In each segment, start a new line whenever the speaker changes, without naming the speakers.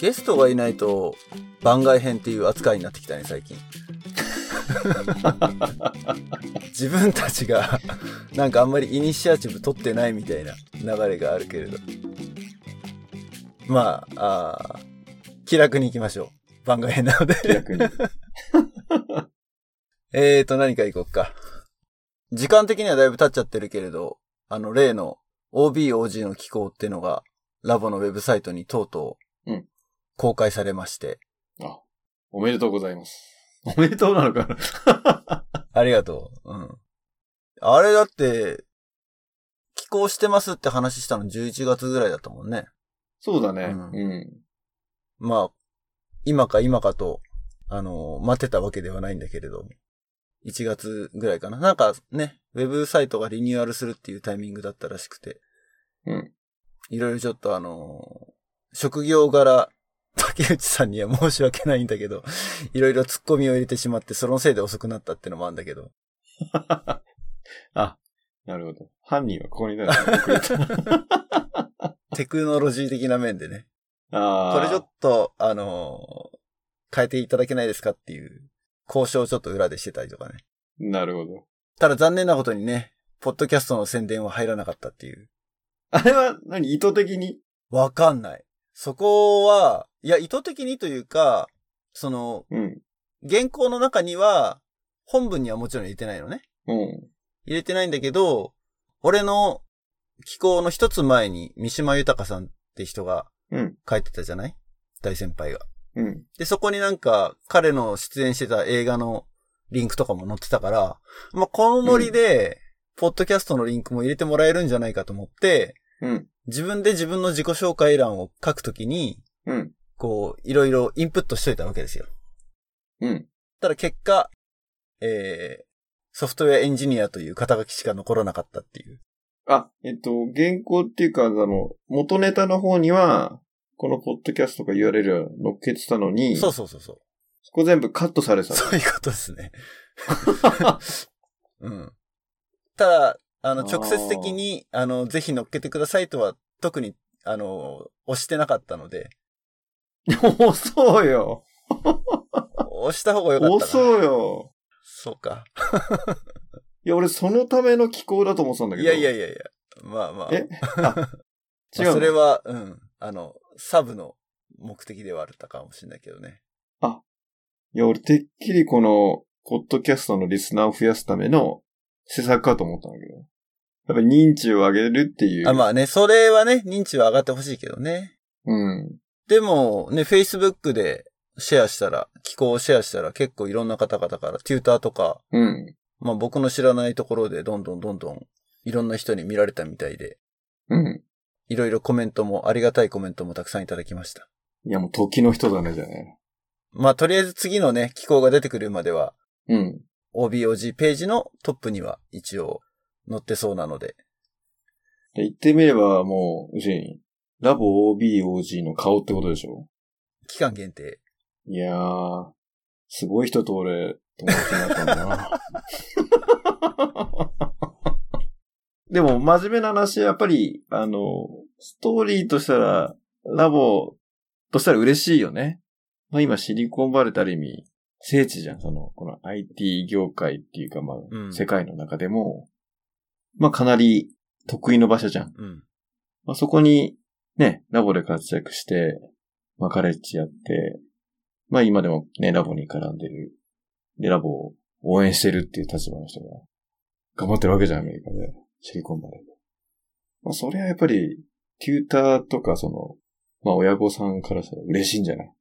ゲストがいないと番外編っていう扱いになってきたね、最近。自分たちが、なんかあんまりイニシアチブ取ってないみたいな流れがあるけれど。まあ、あー気楽に行きましょう。番外編なので。
逆に。
えーと、何か行こっか。時間的にはだいぶ経っちゃってるけれど、あの、例の OBOG の機構ってのが、ラボのウェブサイトにとうと
う、
うん公開されまして、
あ、おめでとうございます。おめでとうなのかな
ありがとう。うん。あれだって、寄稿してますって話したの11月ぐらいだったもんね。
そうだね。
うん
うん。
まあ、今か今かと、あの、待ってたわけではないんだけれども。1月ぐらいかな。なんかね、ウェブサイトがリニューアルするっていうタイミングだったらしくて。
うん。
いろいろちょっとあの、職業柄、竹内さんには申し訳ないんだけど、いろいろ突っ込みを入れてしまって、そのせいで遅くなったってのもあるんだけど。
あ、なるほど。犯人はここにいたの遅れた
テクノロジー的な面でね。
あ
これちょっと、あの変えていただけないですかっていう交渉をちょっと裏でしてたりとかね。
と。なるほど。
ただ残念なことにね、ポッドキャストの宣伝は入らなかったっていう。
あれは何、意図的に
わかんない。そこは、いや、意図的にというか、その、
うん。
原稿の中には、本文にはもちろん入れてないのね。
うん。
入れてないんだけど、俺の寄稿の一つ前に三島豊さんって人が
うん。
書いてたじゃない大先輩が。
うん。
で、そこになんか、彼の出演してた映画のリンクとかも載ってたから、まあ、このノリで、ポッドキャストのリンクも入れてもらえるんじゃないかと思って、
うん。
自分で自分の自己紹介欄を書くときに、
うん。
こう、いろいろインプットしといたわけですよ。
うん。
ただ結果、えー、ソフトウェアエンジニアという肩書きしか残らなかったっていう。
あ、えっと、原稿っていうか、あの、元ネタの方には、このポッドキャストとか URL は載っけてたのに、
そうそうそうそう。
そこ全部カット されてた。
そういうことです ね。うん。ただ、あの、
あー
直接的に、あの、ぜひ乗っけてくださいとは、特に、あの、押してなかったので、
遅いよ。
押した方が良かったかな。
遅いよ。
そうか。
いや、俺そのための機構だと思ってたんだけ
い
ど。
やいやいやいや。まあまあ。
え
ま
違う
あ
の
それは、うん。あの、サブの目的ではあったかもしれないけどね。
いや、俺てっきりこの、ポッドキャストのリスナーを増やすための施策かと思ったんだけど。やっぱ認知を上げるっていう。
あまあね、それはね、認知は上がってほしいけどね。
うん。
でも、ね、Facebook でシェアしたら、機構をシェアしたら、結構いろんな方々から、テューターとか、
うん。
まあ僕の知らないところでどんどんどんどんいろんな人に見られたみたいで、
うん。
いろいろコメントも、ありがたいコメントもたくさんいただきました。
いや、もう時の人だね、じゃあね。
まあとりあえず次のね、機構が出てくるまでは、
うん。
OBOG ページのトップには一応載ってそうなので、
で言ってみれば、もう、うちに、ラボ OBOG の顔ってことでしょ
期間限定。
いやー、すごい人と俺、友達になったんだな。 でも、真面目な話、やっぱり、あの、ストーリーとしたら、ラボとしたら嬉しいよね。まあ今、シリコンバレーってある意味、聖地じゃん。その、この IT 業界っていうか、まあ、
うん
世界の中でも、まあかなり得意の場所じゃん。
うん。
まあ、そこに、ね、ラボで活躍して、まあ、カレッジやって、まあ、今でもね、ラボに絡んでる。で、ラボを応援してるっていう立場の人が、頑張ってるわけじゃん、アメリカで。シリコンバレーで。まあ、それはやっぱり、テューターとか、その、まあ、親御さんからしたら嬉しいんじゃない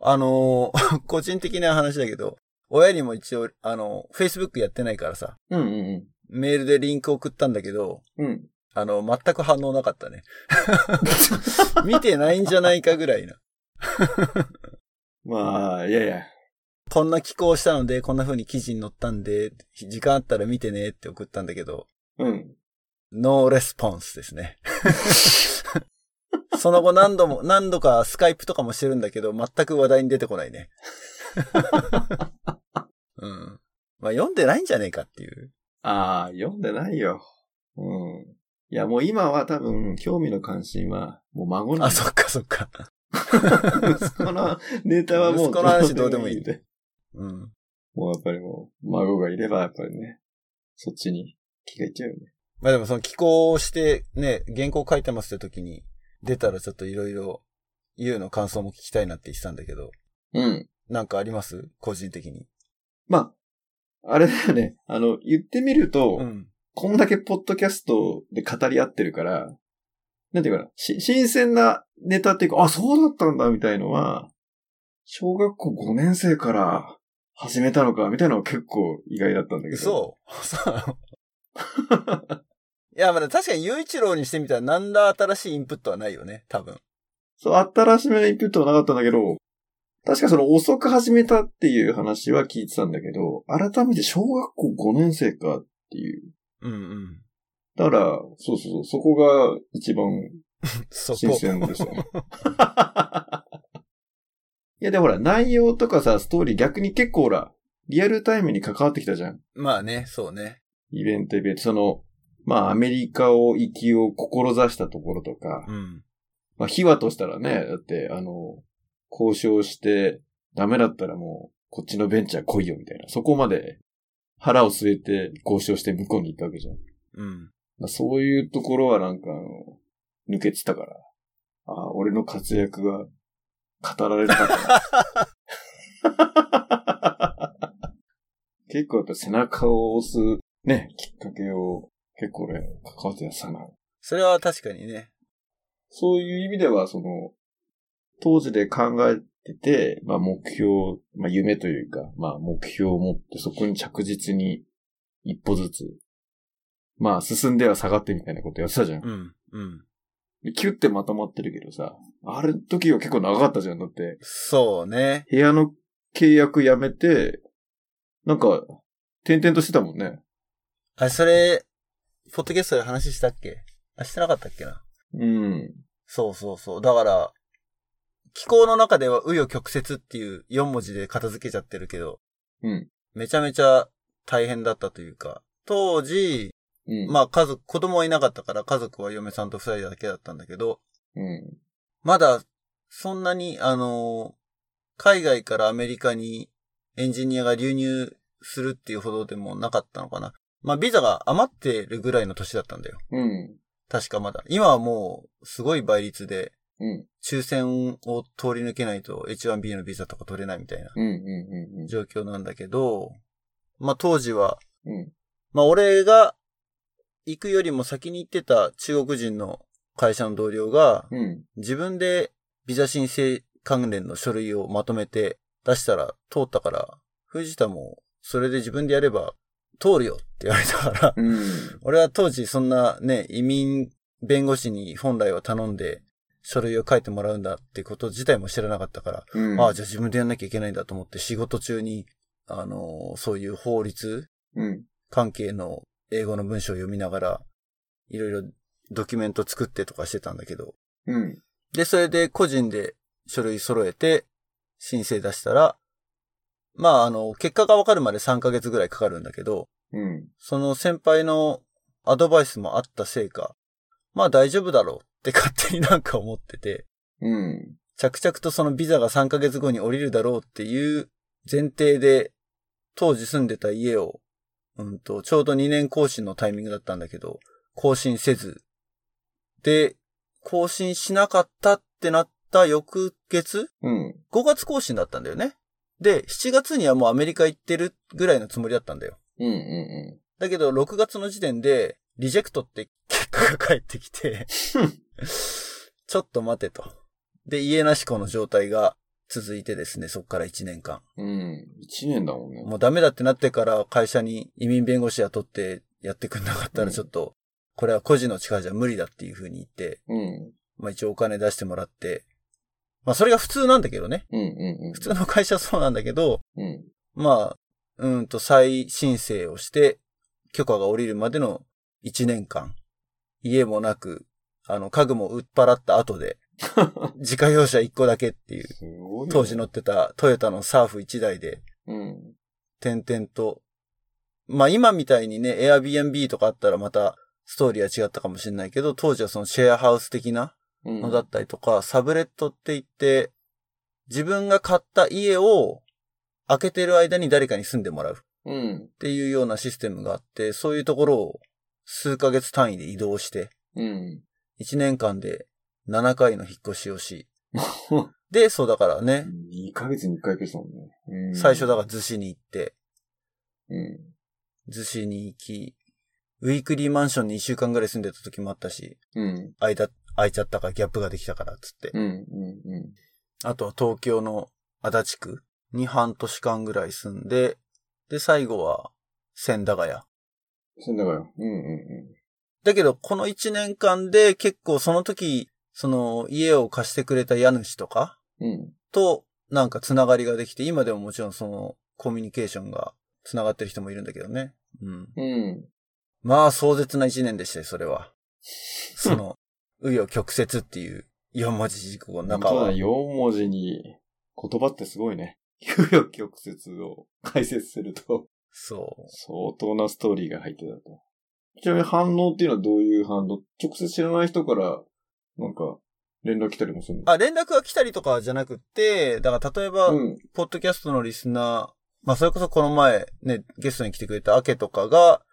あのー 個人的な話だけど、親にも一応、あの、Facebook やってないからさ、
うんうん
メールでリンク送ったんだけど、
うん。うん。
あの、全く反応なかったね。 見てないんじゃないかぐらいな。
まあ、いやいや。
こんな寄稿したので、こんな風に記事に載ったんで、時間あったら見てねって送ったんだけど、
うん。
ノーレスポンスですね。 その後何度も、何度かスカイプとかもしてるんだけど、全く話題に出てこないね。 うん。まあ読んでないんじゃねえかっていう。
ああ、読んでないよ。うん。いや、もう今は多分、興味の関心は、もう孫なんだ
あ、そっかそっか。
息子のネタはもう。
息子の話どうでもいい
みたな
うん。
もうやっぱりもう、孫がいればやっぱりね、そっちに気がいっちゃうよね。
まあでもその寄稿してね、原稿書いてますって時に出たらちょっといろいろ、ゆうの感想も聞きたいなって言ってたんだけど、
うん。
なんかあります個人的に。
まあ、あれだよね。あの、言ってみると、
うん。
こんだけポッドキャストで語り合ってるから、なんていうかな、し新鮮なネタっていうか、あ、そうだったんだ、みたいのは、小学校5年生から始めたのか、みたいなのは結構意外だったんだけど。
そう。そう。 いや、まだ確かに雄一郎にしてみたら何ら新しいインプットはないよね、多分。
そう、新しめのインプットはなかったんだけど、確かその遅く始めたっていう話は聞いてたんだけど、改めて小学校5年生かっていう。
うんうん。
だから、そうそうそう、そこが一番
そ
新
こ。
鮮でしたね。いや、でもほら、内容とかさ、ストーリー逆に結構ほら、リアルタイムに関わってきたじゃん。
まあね、そうね。
イベントイベント、その、まあ、アメリカを行きを志したところとか、
うん。
まあ、秘話としたらね、だって、あの、交渉して、ダメだったらもう、こっちのベンチャー来いよ、みたいな。そこまで、腹を据えて交渉して向こうに行ったわけじゃん。
うん。
まあ、そういうところはなんか、あの、抜けてたから。ああ、俺の活躍が語られたから。 結構やっぱ背中を押すね、きっかけを結構俺関わってやってたな。
それは確かにね。
そういう意味では、その、当時で考えてて、まあ目標、まあ夢というか、まあ目標を持ってそこに着実に一歩ずつ、まあ進んでは下がってみたいなことやってたじゃん。
うん。うん。
でキュッてまとまってるけどさ、あれの時は結構長かったじゃん。だって、
そうね。
部屋の契約やめて、なんか、転々としてたもんね。
あ、それ、ポッドキャストで話したっけあ、してなかったっけな。
うん。
そうそうそう。だから、気候の中では紆余曲折っていう4文字で片付けちゃってるけど、
うん。
めちゃめちゃ大変だったというか、当時、
うん。
まあ家族、子供はいなかったから家族は嫁さんと二人だけだったんだけど、
うん。
まだ、そんなに、あの、海外からアメリカにエンジニアが流入するっていうほどでもなかったのかな。まあビザが余ってるぐらいの年だったんだよ。
うん。
確かまだ。今はもう、すごい倍率で、
うん。
抽選を通り抜けないと H1B のビザとか取れないみたいな
うん。うん。うん。
状況なんだけど、まあ当時は、
うん。
まあ俺が行くよりも先に行ってた中国人の会社の同僚が
うん。
自分でビザ申請関連の書類をまとめて出したら通ったから、藤田もそれで自分でやれば通るよって言われたから、
うん。
俺は当時そんなね、移民弁護士に本来は頼んで書類を書いてもらうんだってこと自体も知らなかったから、
うん。
ああ、じゃあ自分でやんなきゃいけないんだと思って仕事中に、あのーそういう法律
うん。
関係の英語の文章を読みながら、いろいろドキュメント作ってとかしてたんだけど。
うん。
で、それで個人で書類揃えて申請出したら、まあ、あの、結果がわかるまで3ヶ月ぐらいかかるんだけど、
うん。
その先輩のアドバイスもあったせいか、まあ大丈夫だろうって勝手になんか思ってて、
うん。
着々とそのビザが3ヶ月後に降りるだろうっていう前提で、当時住んでた家を、うんと、ちょうど2年更新のタイミングだったんだけど、更新せず。で、更新しなかったってなった翌月
うん。
?5 月更新だったんだよね。で、7月にはもうアメリカ行ってるぐらいのつもりだったんだよ。
うん。う
だけど、6月の時点で、リジェクトって結果が返ってき て、ちょっと待てと。で、家なし子の状態が続いてですね、そこから1年間。
ん。うん。一年だもんね。
もうダメだってなってから会社に移民弁護士雇ってやってくんなかった
うん
らちょっと、これは個人の力じゃ無理だっていう風に言って、
うん。
まあ一応お金出してもらって、まあそれが普通なんだけどね。
うん。うん。
普通の会社はそうなんだけど、
うん。
まあ、うんと再申請をして、許可が下りるまでの1年間、家もなく、あの、家具も売っ払った後 で、自家用車1個だけっていう、
すごい。
当時。乗ってたトヨタのサーフ1台で、
うん。
点々と、まあ今みたいにね、Airbnb とかあったらまたストーリーは違ったかもしれないけど、当時はそのシェアハウス的な
うん。
のだったりとか、サブレットって言って、自分が買った家を開けてる間に誰かに住んでもらうっ
うん。
ていうようなシステムがあって、そういうところを数ヶ月単位で移動して、
うん。
1年間で7回の引っ越しを し、で、そうだからね、
2ヶ月に1回ペースだもんね。うん
最初だから逗子に行って、
うん。
逗子に行き、ウィークリーマンションに1週間ぐらい住んでた時もあったし、
うん。
空いた、空いちゃったからギャップができたからっつって。
うん。うん。う
あとは東京の足立区に半年間ぐらい住んで、で、最後は千駄ヶ谷。
ん。そんだから。うん。う
だけど、この1年間で結構その時、その家を貸してくれた家主とか
ん。うん。
となんかつながりができて、今でももちろんそのコミュニケーションがつながってる人もいるんだけどね。うん。
うん。
まあ、壮絶な1年でしたよ、それ は。その、紆余曲折っていう4文字熟語の中
本当
は
だ、。4文字に言葉ってすごいね。 有力曲折を解説すると、
そう。
相当なストーリーが入ってたと。ちなみに反応っていうのはどういう反応直接知らない人から、なんか、連絡来たりもするの
あ、連絡が来たりとかじゃなくって、だから例えば、
うん。
ポッドキャストのリスナー、まあそれこそこの前ね、ゲストに来てくれたアケとかが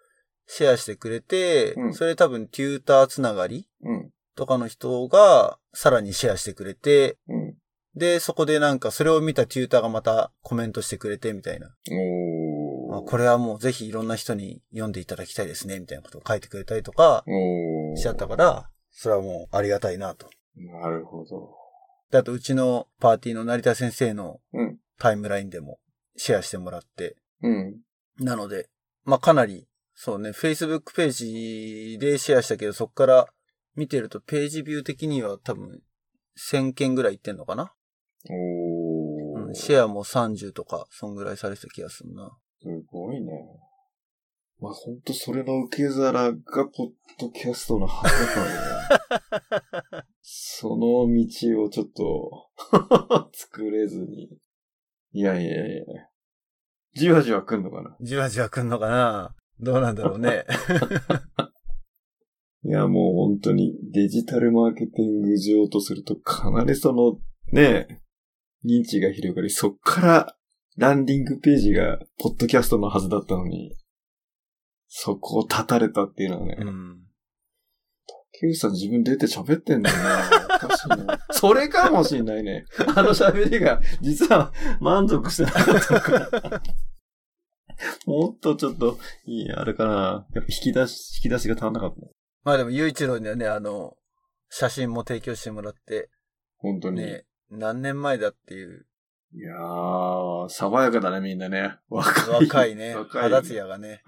シェアしてくれて、
うん
それ多分テューターつながり
うん。
とかの人がさらにシェアしてくれて、
うん。
で、そこでなんかそれを見たテューターがまたコメントしてくれてみたいな。
おー。
まあ、これはもうぜひいろんな人に読んでいただきたいですね、みたいなことを書いてくれたりとか
おー。
しちゃったから、それはもうありがたいなと。
なるほど。
であとうちのパーティーの成田先生の
うん
タイムラインでもシェアしてもらって、
うん。
なので、まあ、かなり、そうね、Facebook ページでシェアしたけど、そこから見てるとページビュー的には多分1000件ぐらいいってんのかな、
おー。
うん、シェアも30とか、そんぐらいされてた気がするな。
すごいね。まあ、ほんとそれの受け皿がポッドキャストのはずだから ね。その道をちょっと 作れずに。いやいやいやいやじわじわ来んのかな
じわじわ来んのかなどうなんだろうね。
いや、もう本当にデジタルマーケティング上とするとかなりその、ね、認知が広がり、そっからランディングページがポッドキャストのはずだったのに、そこを立たれたっていうのはね、
うん。
ケウさん自分出て喋ってんだよな。おかしい な。それかもしんないね。あの喋りが、実は満足してなかったのから。もっとちょっと、いい、あれかな。やっぱ引き出し、引き出しが足んなかった。
まあでも、ゆういちろうにはね、あの、写真も提供してもらって、
本当に。
ね、何年前だっていう、
いやー、爽やかだね、みんなね。若い。
若いね、
若い。
肌ツヤがね。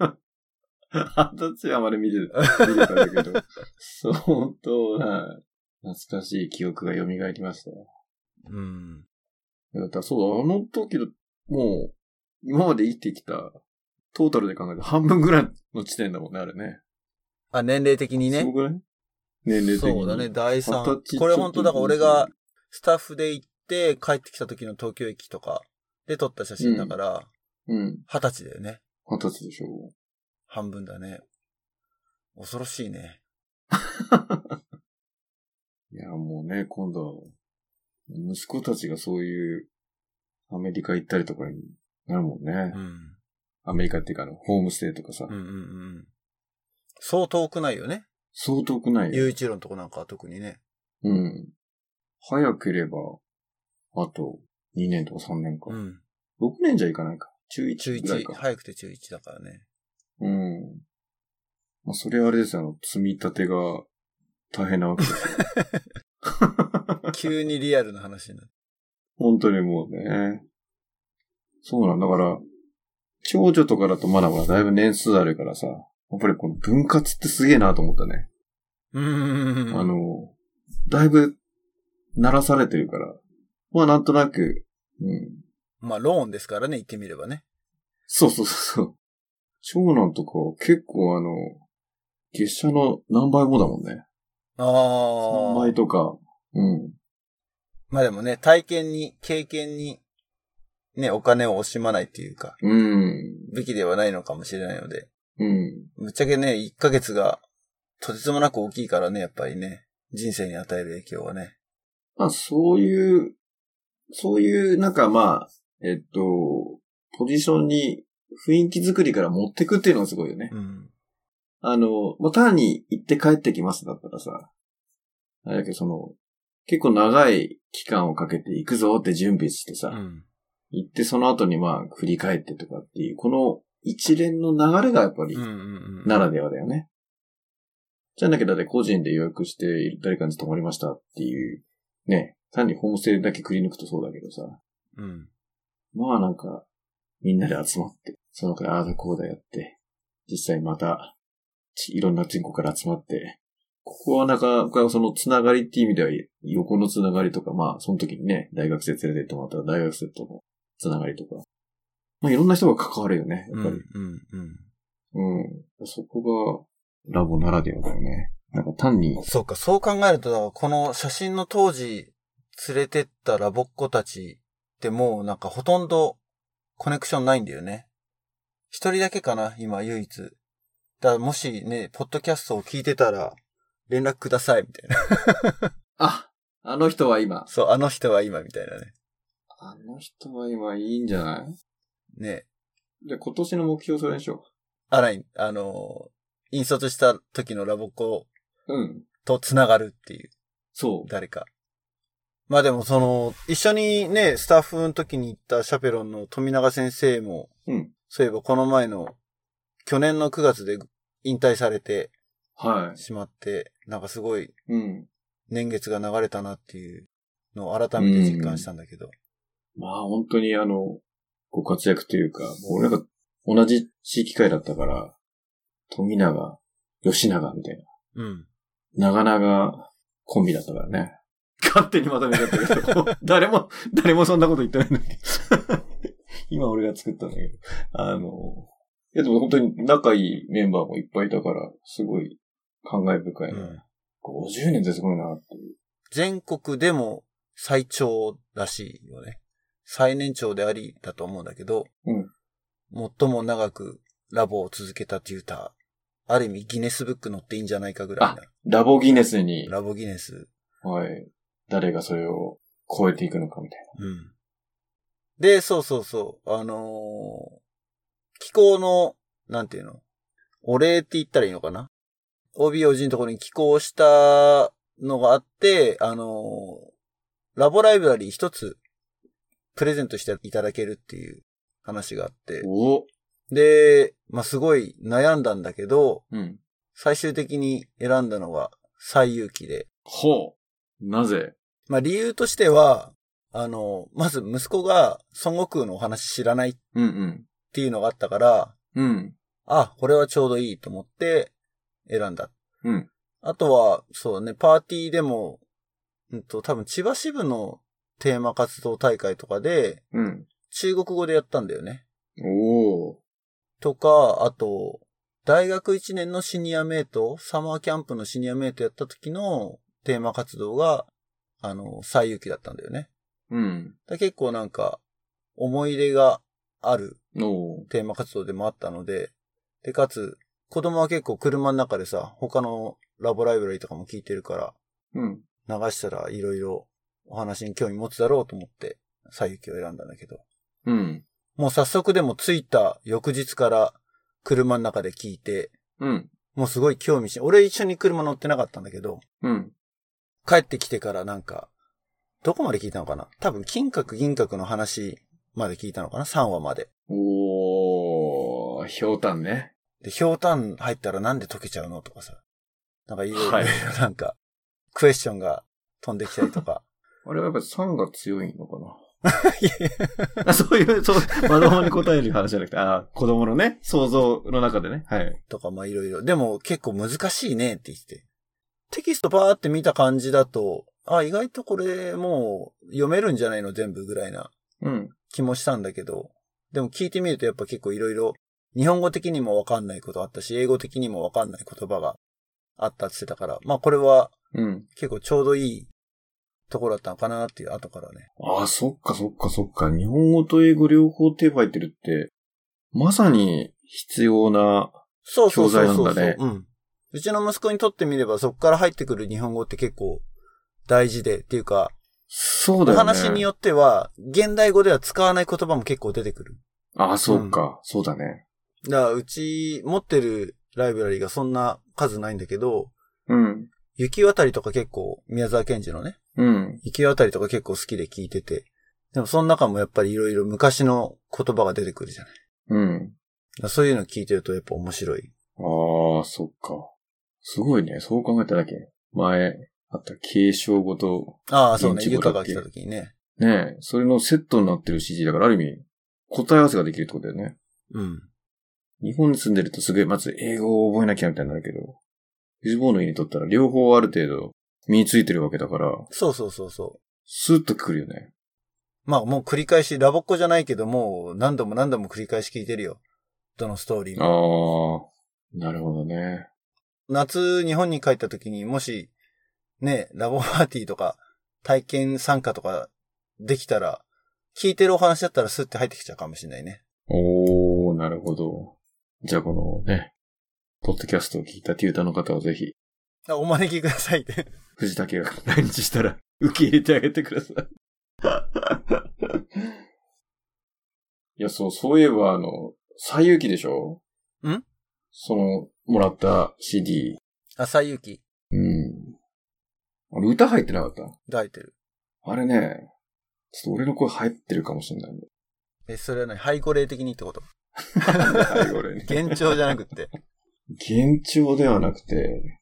あたつやまで見て、見てたんだけど、相当な、懐かしい記憶が蘇りましたよ。
うん。
いやだからそうだ、あの時の、もう、今まで生きてきた、トータルで考えて半分ぐらいの地点だもんね、あれね。
あ、年齢的にね。
すごくない年齢的に。
そうだね、第
二十歳
3。
ちょ
こ
っと
れ本当だから俺がスタッフで行って帰ってきた時の東京駅とかで撮った写真だから、
うん。
二十歳だよね。
二十歳でしょ。
半分だね。恐ろしいね。
いや、もうね、今度、息子たちがそういう、アメリカ行ったりとかになるもんね。
うん。
アメリカっていうか、あの、ホームステイとかさ。
うんうんうん。そう遠くないよね。
相当くない
雄一郎のとこなんかは特にね。
うん。早ければ、あと、2年とか3年か。
うん。
6年じゃいかないか。中
中
1ぐらい
1、
か。
早くて中1だからね。
うん。まあ、それはあれですよ、あの、積み立てが大変なわけですよ。
急にリアルな話になる。
本当にもうね。そうなんだから、長女とかだとまだまだだいぶ年数あるからさ、やっぱりこの分割ってすげえなと思ったね。
うんうんうんうん。
あの、だいぶ、鳴らされてるから、まあなんとなく、うん。
まあ、ローンですからね、言ってみればね。
そうそうそうそう。長男とかは結構あの、月謝の何倍もだもんね。
あ
3
あ
倍。とか、うん。
まあでもね、体験に、経験に、ね、お金を惜しまないっていうか、
うん。
武器ではないのかもしれないので、
うん。
ぶっちゃけね、1ヶ月がとてつもなく大きいからね、やっぱりね、人生に与える影響はね。
まあ、そういう、そういう、なんかまあ、えっと、ポジションに雰囲気作りから持ってくっていうのがすごいよね。
うん。
あの、まあ、単に行って帰ってきますだったらさ、あれだけどその、結構長い期間をかけて行くぞって準備してさ、
うん。
行ってその後にまあ振り返ってとかっていう、この一連の流れがやっぱり
うんうんうん。
ならではだよね。じゃなきゃだって個人で予約して誰かに泊まりましたっていう、ね、単にホームステイだけくり抜くとそうだけどさ、
うん。
まあなんか、みんなで集まって、その会ああだこうだやって、実際また、ちいろんな全国から集まって、ここはなかなかそのつながりっていう意味では、横のつながりとか、まあその時にね、大学生連れてってもらったら大学生とのつながりとか、まあいろんな人が関わるよね、やっぱり。
うんうん
うん。そこが、ラボならではだよね。なんか単に
うん。、そうか、そう考えると、だからこの写真の当時、連れてったラボっ子たちってもうなんかほとんどコネクションないんだよね。一人だけかな、今唯一。だからもしね、ポッドキャストを聞いてたら、連絡ください、みたいな。
あ、あの人は今、
そう、あの人は今、みたいなね。
あの人は今いいんじゃない
ね。
じゃあ今年の目標それでしょ
あらい、あのー、引率した時のラボっ子
う。うん。
と繋がるっていう。
そう。
誰か。まあでもその、一緒にね、スタッフの時に行ったシャペロンの富永先生も、
うん
そういえばこの前の、去年の9月で引退されて
は
しまって、なんかすごい
い。うん。
年月が流れたなっていうのを改めて実感したんだけど。
まあ本当にあの、ご活躍というか、もうなんか同じ地域会だったから、富永、吉永みたい
うん。
な、長々コンビだったからね。勝手にまとめちゃったけど、 誰も、誰もそんなこと言ってないのに。 今俺が作ったんだけど。あの、いやでも本当に仲いいメンバーもいっぱいいたから、すごい感慨深いな。
うん
50年ってすごいなっていう。
全国でも最長らしいよね。最年長でありだと思うんだけど、
うん
最も長くラボを続けたデューター。ある意味ギネスブック乗っていいんじゃないかぐらいな。
ラボギネスに、
ラボギネス。
はい。誰がそれを超えていくのかみたい
うん。で、そうそうそう。あのー気候の、なんていうのお礼って言ったらいいのかな ?OBOG のところに寄稿したのがあって、あのーラボライブラリー一つ、プレゼントしていただけるっていう話があって
な。。お
で、まあ、すごい悩んだんだけど、
うん。
最終的に選んだのが最有機で、
ほう。なぜ
まあ理由としては、あの、まず息子が孫悟空のお話知らないっ
うん
ていうのがあったから、
うん。うん。
あ、これはちょうどいいと思って選んだ。
うん。
あとは、そうね、パーティーでも、うんと、多分千葉支部のテーマ活動大会とかで、
うん。
中国語でやったんだよね。
おお。
とか、あと、大学1年のシニアメイト、サマーキャンプのシニアメイトやった時のテーマ活動が、あの、最有機だったんだよね。
うん。
だから結構なんか、思い入れがある
おー
テーマ活動でもあったので、で、かつ、子供は結構車の中でさ、他のラボライブラリーとかも聞いてるか
うん。
ら、流したらいろいろお話に興味持つだろうと思って、最有機を選んだんだけど、
うん。
もう早速でも着いた翌日から車の中で聞いて、
うん。
もうすごい興味し、俺一緒に車乗ってなかったんだけど、
うん。
帰ってきてからなんか、どこまで聞いたのかな多分、金閣銀閣の話まで聞いたのかな ?3 話まで。
おお。ひょうたんね。
で、ひょうたん入ったらなんで溶けちゃうのとかさ。なんかいろいろ、
はい
なんか、クエスチョンが飛んできたりとか。
あれはやっぱ酸が強いのかな。
いやいや
あそういう、そう、まともに答える話じゃなくて、あー子供のね、想像の中でね。はい。
とか、まあいろいろ。でも結構難しいねって言ってて。テキストバーって見た感じだと、あ、意外とこれもう読めるんじゃないの全部ぐらいな
うん。
気もしたんだけど。でも聞いてみるとやっぱ結構いろいろ、日本語的にもわかんないことあったし、英語的にもわかんない言葉があったって言ってたから、まあこれは
うん。
結構ちょうどいいところだったのかなっていう後からね。
ああ、そっかそっかそっか。日本語と英語両方手入ってるって、まさに必要な、
そうそうそうそう。
教材なんだね
うん。うちの息子にとってみればそこから入ってくる日本語って結構大事で、っていうか、
そうだ
お
よね。
話によっては、現代語では使わない言葉も結構出てくる。
あ、そうか、そうだね。
だから、うち持ってるライブラリがそんな数ないんだけど、
うん。
雪渡りとか結構、宮沢賢治のね、
うん。
雪渡りとか結構好きで聞いてて、でもその中もやっぱりいろいろ昔の言葉が出てくるじゃない。だ
うん。
からそういうの聞いてるとやっぱ面白い。
ああ、そっか。すごいね。そう考えただけ。前、あった継承語と、
ああ、そうね、
現地
ゆ
語だ
か
っけ
が来た時にね。
ねえ、それのセットになってる CG だから、ある意味、答え合わせができるってことだよね。
うん。
日本に住んでるとすげえ、まず英語を覚えなきゃみたいになるけど、フジボーの家にとったら両方ある程度身についてるわけだから、
そうそうそうそ
スーッとくるよね。
う。まあもう繰り返し、ラボっ子じゃないけど、もう何度も何度も繰り返し聞いてるよ。どのストーリー
あ
も。
あ、なるほどね。
夏、日本に帰った時にもし、ね、ラボパーティーとか、体験参加とかできたら、聞いてるお話だったらスッて入ってきちゃうかもしれないね。
おー、なるほど。じゃあこのね、ポッドキャストを聞いたテューターの方はぜひ、
あお招きくださいって。
藤竹が来日したら受け入れてあげてください。 いや、そう、そういえば、あの、最有機でしょ
ん
その、もらった CD。
あ、西遊記、
うん。あれ、歌入ってなかった
抱いてる。
あれね、ちょっと俺の声入ってるかもしれない んで。
え、それは何背後霊的にってこと
はい、これね。
幻聴じゃなくって。
幻聴ではなくて、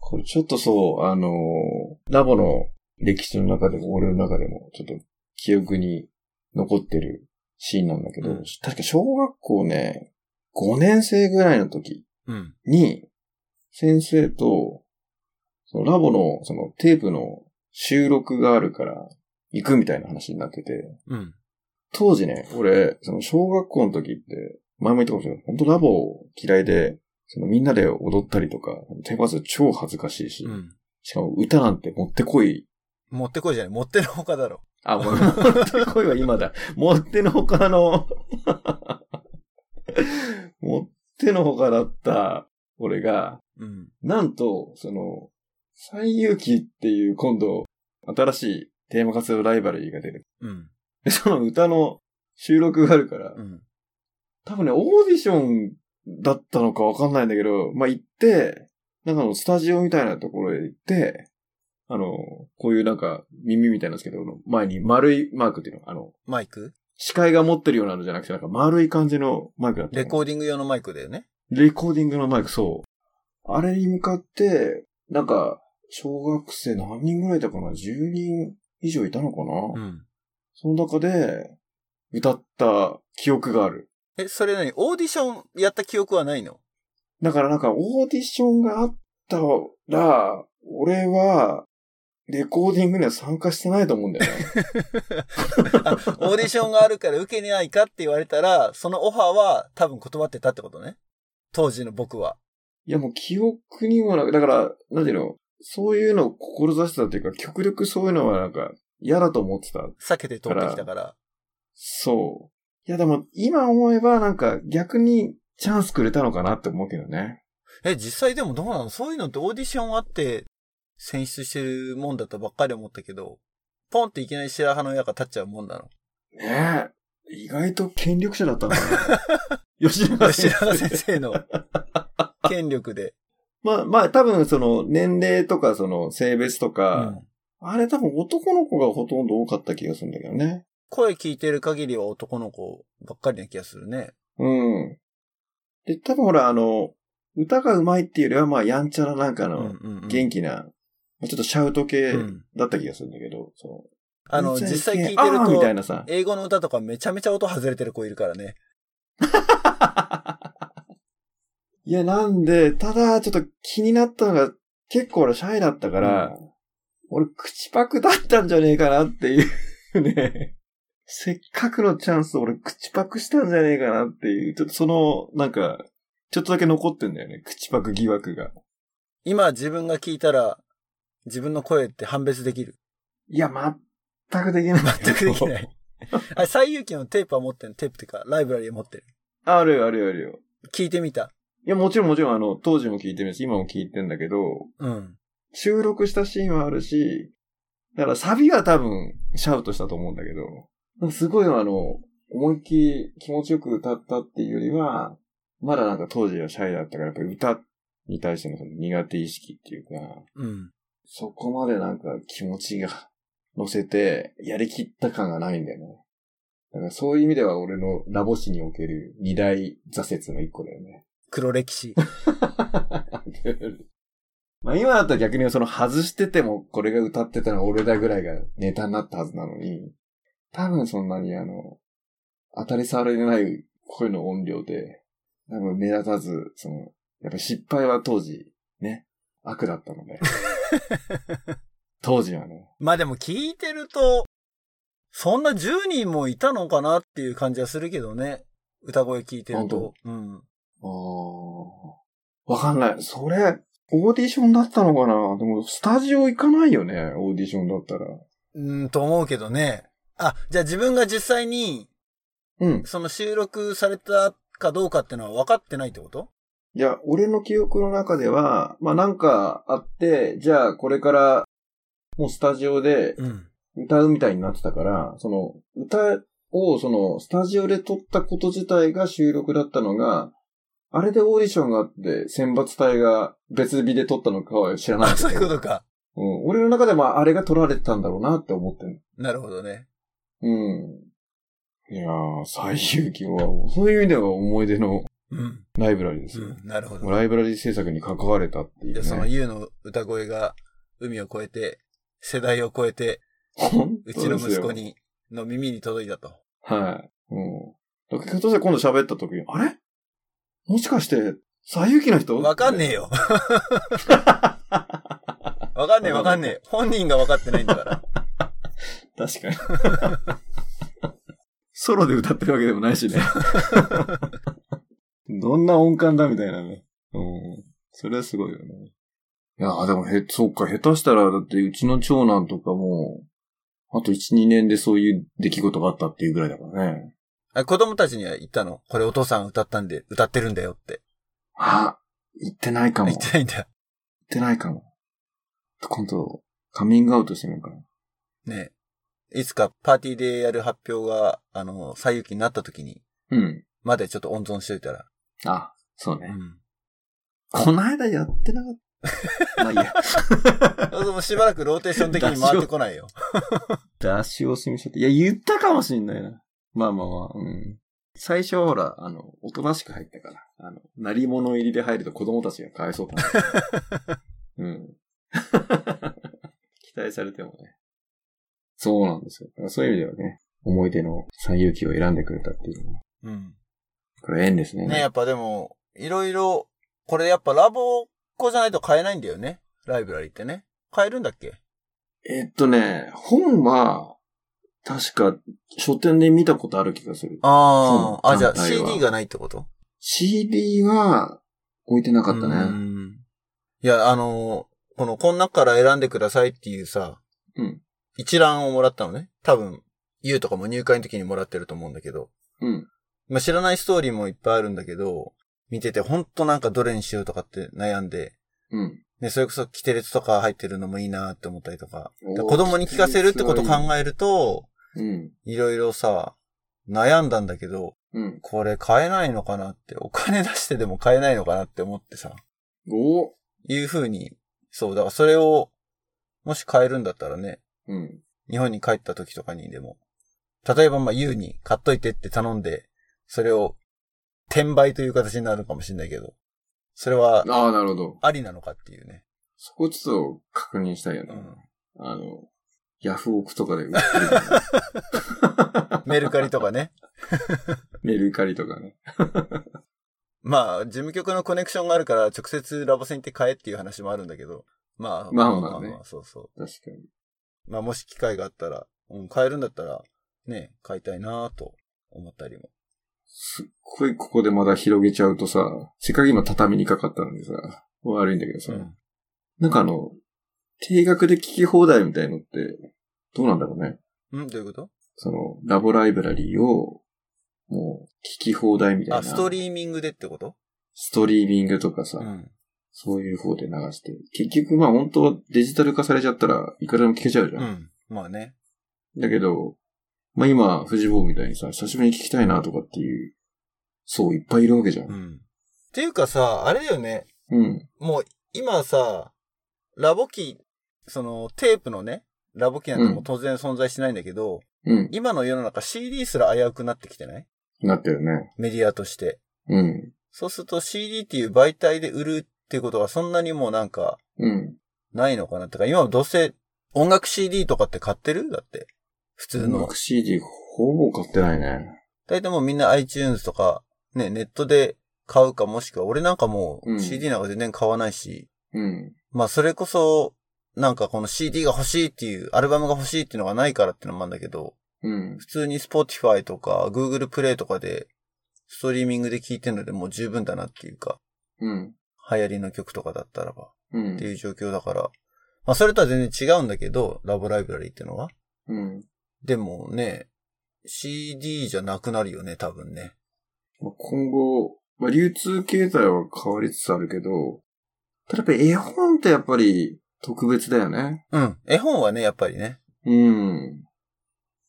これちょっとそう、あのーラボの歴史の中でも、俺の中でも、ちょっと記憶に残ってるシーンなんだけど、
うん
確か小学校ね、5年生ぐらいの時
うん。
に、先生と、そのラボのそのテープの収録があるから行くみたいな話になってて、
うん。
当時ね、俺、その小学校の時って、前も言ったかもしれない。本当ラボ嫌いで、そのみんなで踊ったりとか、手パス超恥ずかしいし、
うん。
しかも歌なんて持ってこい。
持ってこいじゃない。持ってるほかだろ。
あ、もう持ってこいは今だ。持ってのほか の、持ってのほかだった俺が、
うん。
なんと、その、最有機っていう今度、新しいテーマ活動ライバルリーが出る。
うん。
で、その歌の収録があるから、
うん。
多分ね、オーディションだったのかわかんないんだけど、まあ、行って、なんかあの、スタジオみたいなところへ行って、あの、こういうなんか、耳みたいなんですけど、の前に丸いマークっていうの、あの、
マイク
視界が持ってるようなのじゃなくて、なんか丸い感じのマイクだったの
レコーディング用のマイクだよね。
レコーディングのマイク、そう。あれに向かって、なんか、小学生何人ぐらいいたかな ?10 人以上いたのかな、
ん。
その中で、歌った記憶がある。
え、それ何オーディションやった記憶はないの
だからなんかオーディションがあったら、俺は、レコーディングには参加してないと思うんだ よね。
あオーディションがあるから受けにないかって言われたら、そのオファーは多分断ってたってことね。当時の僕は。
いやもう記憶にもなく、だから、なんていうの、そういうのを志してたっていうか、極力そういうのはなんか嫌だと思ってた。
避けて取ってきたから。
そう。いやでも今思えばなんか逆にチャンスくれたのかなって思うけどね。
え、実際でもどうなのそういうのってオーディションあって選出してるもんだとばっかり思ったけど、ポンっていきなり白羽の矢が立っちゃうもんな の。
ねえ。意外と権力者だったん だな。吉永
吉
先
永
生
先生の権力で。
まあ、まあ、多分その年齢とかその性別と
う
か、
ん、
あれ多分男の子がほとんど多かった気がするんだけどね。
声聞いてる限りは男の子ばっかりな気がするね。
うん。で、多分ほら、あの、歌が上手いっていうよりは、まあ、やんちゃななんか
うん
の、
うんうん
元気な、まあちょっとシャウト系
うん
だった気がするんだけど、その
あの、
やんちゃ
実際聞いてる
あーみたい
と、
なさ。
英語の歌とかめちゃめちゃ音外れてる子いるからね。
いや、なんで、ただ、ちょっと気になったのが、結構俺シャイだったから、俺、口パクだったんじゃねえかなっていうね。せっかくのチャンス、俺、口パクしたんじゃねえかなっていう、ちょっとその、なんか、ちょっとだけ残ってんだよね。口パク疑惑が。
今自分が聞いたら、自分の声って判別できる。
いや、全くできない。
全くできない。あ、最有機のテープは持ってる。テープっていうか、ライブラリー持ってる。
あるよ、あるよ、あるよ。
聞いてみた。
いや、もちろんもちろん、あの、当時も聞いてるし、今も聞いてんだけど、
うん。
収録したシーンはあるし、だからサビは多分、シャウトしたと思うんだけど、すごいあの、思いっきり気持ちよく歌ったっていうよりは、まだなんか当時はシャイだったから、やっぱり歌に対してのその苦手意識っていうか、
うん。
そこまでなんか気持ちが乗せて、やりきった感がないんだよね。だからそういう意味では俺のラボ史における二大挫折の一個だよね。
黒歴史。
まあ今だったら逆にその外しててもこれが歌ってたのは俺だぐらいがネタになったはずなのに、多分そんなにあの、当たり障りのない声の音量で、多分目立たず、その、やっぱ失敗は当時、ね、悪だったので。当時はね。
まあでも聞いてると、そんな10人もいたのかなっていう感じはするけどね。歌声聞いてると。うん。
あーわかんない。それ、オーディションだったのかなでも、スタジオ行かないよね、オーディションだったら。
うん、と思うけどね。あ、じゃあ自分が実際に、
うん。
その収録されたかどうかってのは分かってないってこと
いや、俺の記憶の中では、まあなんかあって、じゃあこれから、もうスタジオで
うん。
歌うみたいになってたから、その歌をそのスタジオで撮ったこと自体が収録だったのが、あれでオーディションがあって、選抜隊が別日で撮ったのかは知らない
あ、
けど。
そういうことか。
うん。俺の中ではあれが撮られてたんだろうなって思ってる。
なるほどね。
うん。いやー、最有機は、そういう意味では思い出の
うん。
ライブラリです
う
よ。
ん、なるほど。
ライブラリ制作に関われたってい
じ
う、ね。
ゃあその YOU の歌声が海を越えて、世代を越えて、うちの息子
に。
に、の耳に届いたと。
はい。うん。だからひょっとして今度喋った時に、あれもしかして、最有機の人
わかんねえよ。わかんねえわかんねえ。本人がわかってないんだから。
確かに。 ソロで歌ってるわけでもないしね。 どんな音感だみたいなね。うん。それはすごいよね。いやーでもへ、そうか、下手したら、だってうちの長男とかも、あと1、2年でそういう出来事があったっていうぐらいだからね。
あ子供たちには言ったの。これお父さん歌ったんで、歌ってるんだよって。
あ、言ってないかも。
言ってないんだ。
言ってないかも。今度、カミングアウトしてみようかな。
ねえいつかパーティーでやる発表が、あの、最有機になった時に、
うん。
までちょっと温存しといたら。
あ、そう
う
ね。
ん。
こないだやってなか った。まあいいや。
そうそうもうしばらくローテーション的に回ってこないよ。
出し惜しみしちゃって。いや、言ったかもしんないな。まあまあまあ、うん。最初はほら、あの、おとなしく入ったから。あの、なり物入りで入ると子供たちがかわいそうか な。うん。期待されてもね。そうなんですよ。だからそういう意味ではね、思い出の最有機を選んでくれたっていうのは、
うん。
これ縁ですね。
ねやっぱでも、いろいろ、これやっぱラボ子じゃないと買えないんだよね。ライブラリってね。買えるんだっけ
えっとね、本は、確か、書店で見たことある気がする。
ああ、
そう
あ、じゃあ
単体は
CD がないってこと
CD は、置いてなかった
う
ね。
んいや、あのーこの、この中から選んでくださいっていうさ、
うん
一覧をもらったのね。多分、ユウとかも入会の時にもらってると思うんだけど、
うん。
まあ、知らないストーリーもいっぱいあるんだけど、見ててほんとなんかどれにしようとかって悩んで、
うん。
ね、それこそ、キテレツとか入ってるのもいいなって思ったりとか、
おー
だから子供に聞かせるってことを考えると、
うん。
いろいろさ、悩んだんだけど、
うん。
これ買えないのかなって、お金出してでも買えないのかなって思ってさ、
お
いうふうに、そう、だからそれを、もし買えるんだったらね、
うん。
日本に帰った時とかにでも、例えばまあ、ユウに買っといてって頼んで、それを、転売という形になるかもしれないけど、それは、
ああ、なるほど。
ありなのかっていうね。
そこちょっと確認したいよ
う
ね。
ん。
あの、ヤフオクとかで売ってるよね
メルカリとかね。
メルカリとかね。
まあ、事務局のコネクションがあるから、直接ラボ線行って買えっていう話もあるんだけど、まあ、
まあまあね
そうそ
確かに。
う。まあ、もし機会があったら、うん、買えるんだったら、ね、買いたいなぁと思ったりも。
すっごいここでまだ広げちゃうとさ、せっかく今畳にかかったのにさ、悪いんだけどさ、
うん
なんかあの、定額で聞き放題みたいのって、どうなんだろうね。
うん、どういうこと
その、ラボライブラリーを、もう、聞き放題みたいな。
あ、ストリーミングでってこと
ストリーミングとかさ、
うん。
そういう方で流して。結局まあ本当はデジタル化されちゃったらいくらでも聞けちゃうじゃん。
うん。まあね。
だけど、まあ今、フジボーみたいにさ、久しぶりに聞きたいなとかっていう、そういっぱいいるわけじゃ。
うんん。っていうかさ、あれだよね。
うん。
もう今さ、ラボ機、そのテープのね、ラボ機なんてもう当然存在しないんだけど、
うん。
今の世の中 CD すら危うくなってきてない
なったよね。
メディアとして。
うん。
そうすると CD っていう媒体で売るっていうことがそんなにもうなんか
うん。
ないのかなってか、今はどうせ音楽 CD とかって買ってるだって。普通
音
の。
楽 CD ほぼ買ってないね。
大体もうみんな iTunes とか、ね、ネットで買うかもしくは、俺なんかも
う
うん CD なんか全然買わないし、
うん。
まあそれこそ、なんかこの CD が欲しいっていう、アルバムが欲しいっていうのがないからってのもあるんだけど、
うん。
普通に Spotify とか Google Play とかでストリーミングで聴いてるのでもう十分だなっていうか、
うん。
流行りの曲とかだったらば
うん
って。いう状況だから、まあそれとは全然違うんだけど、ラボライブラリーってのは。
うん。
でもね、CD じゃなくなるよね、多分ね。
まあ今後、まあ、流通形態は変わりつつあるけど、ただやっぱり絵本ってやっぱり特別だよね。
うん。絵本はね、やっぱりね。
うん。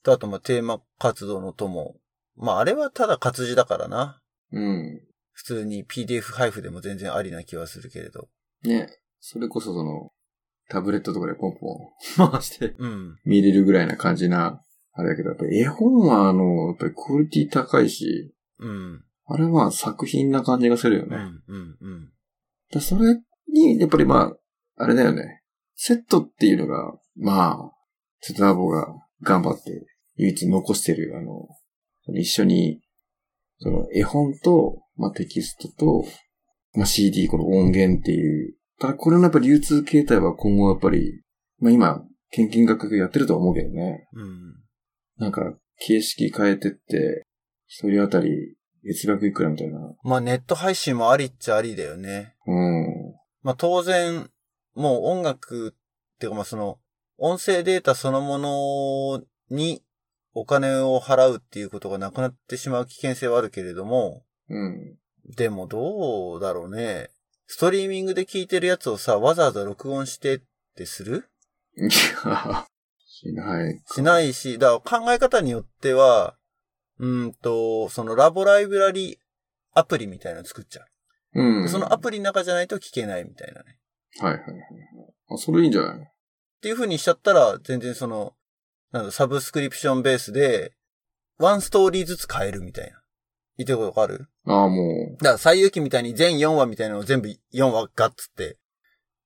とあとまあテーマ活動のとも。まああれはただ活字だからな。
うん。
普通に PDF 配布でも全然ありな気はするけれど。
ね。それこそその、タブレットとかでポンポン 回して
うん。
見れるぐらいな感じな、あれだけど、やっぱり絵本はあの、やっぱりクオリティ高いし、
うん。
あれは作品な感じがするよ
う
ね。
ん。うん。うん。
だそれに、やっぱりまあ、あれだよね。セットっていうのが、まあ、セトナボが頑張って唯一残してる、あの、一緒に、その絵本と、まあテキストと、まあ CD、この音源っていう。ただこれのやっぱ流通形態は今後やっぱり、まあ今、献金学やってるとは思うけどね。
うん。
なんか、形式変えてって、一人当たり月額いくらみたいな。
まあネット配信もありっちゃありだよね。
うん。
まあ当然、もう音楽っていうかまあその、音声データそのものにお金を払うっていうことがなくなってしまう危険性はあるけれども、
うん。
でもどうだろうね。ストリーミングで聞いてるやつをさ、わざわざ録音してってする
いや、 しないか。
しないし、だから考え方によっては、うーんと、そのラボライブラリアプリみたいなの作っちゃ
う
う。
ん。
そのアプリの中じゃないと聞けないみたいなね。
はいはいはいはい。あ、それいいんじゃない
っていう風にしちゃったら、全然その、なんだ、サブスクリプションベースで、ワンストーリーずつ変えるみたいな。言ってることわかる
ああ、も
だから、最遊記みたいに全4話みたいなのを全部4話ガッつって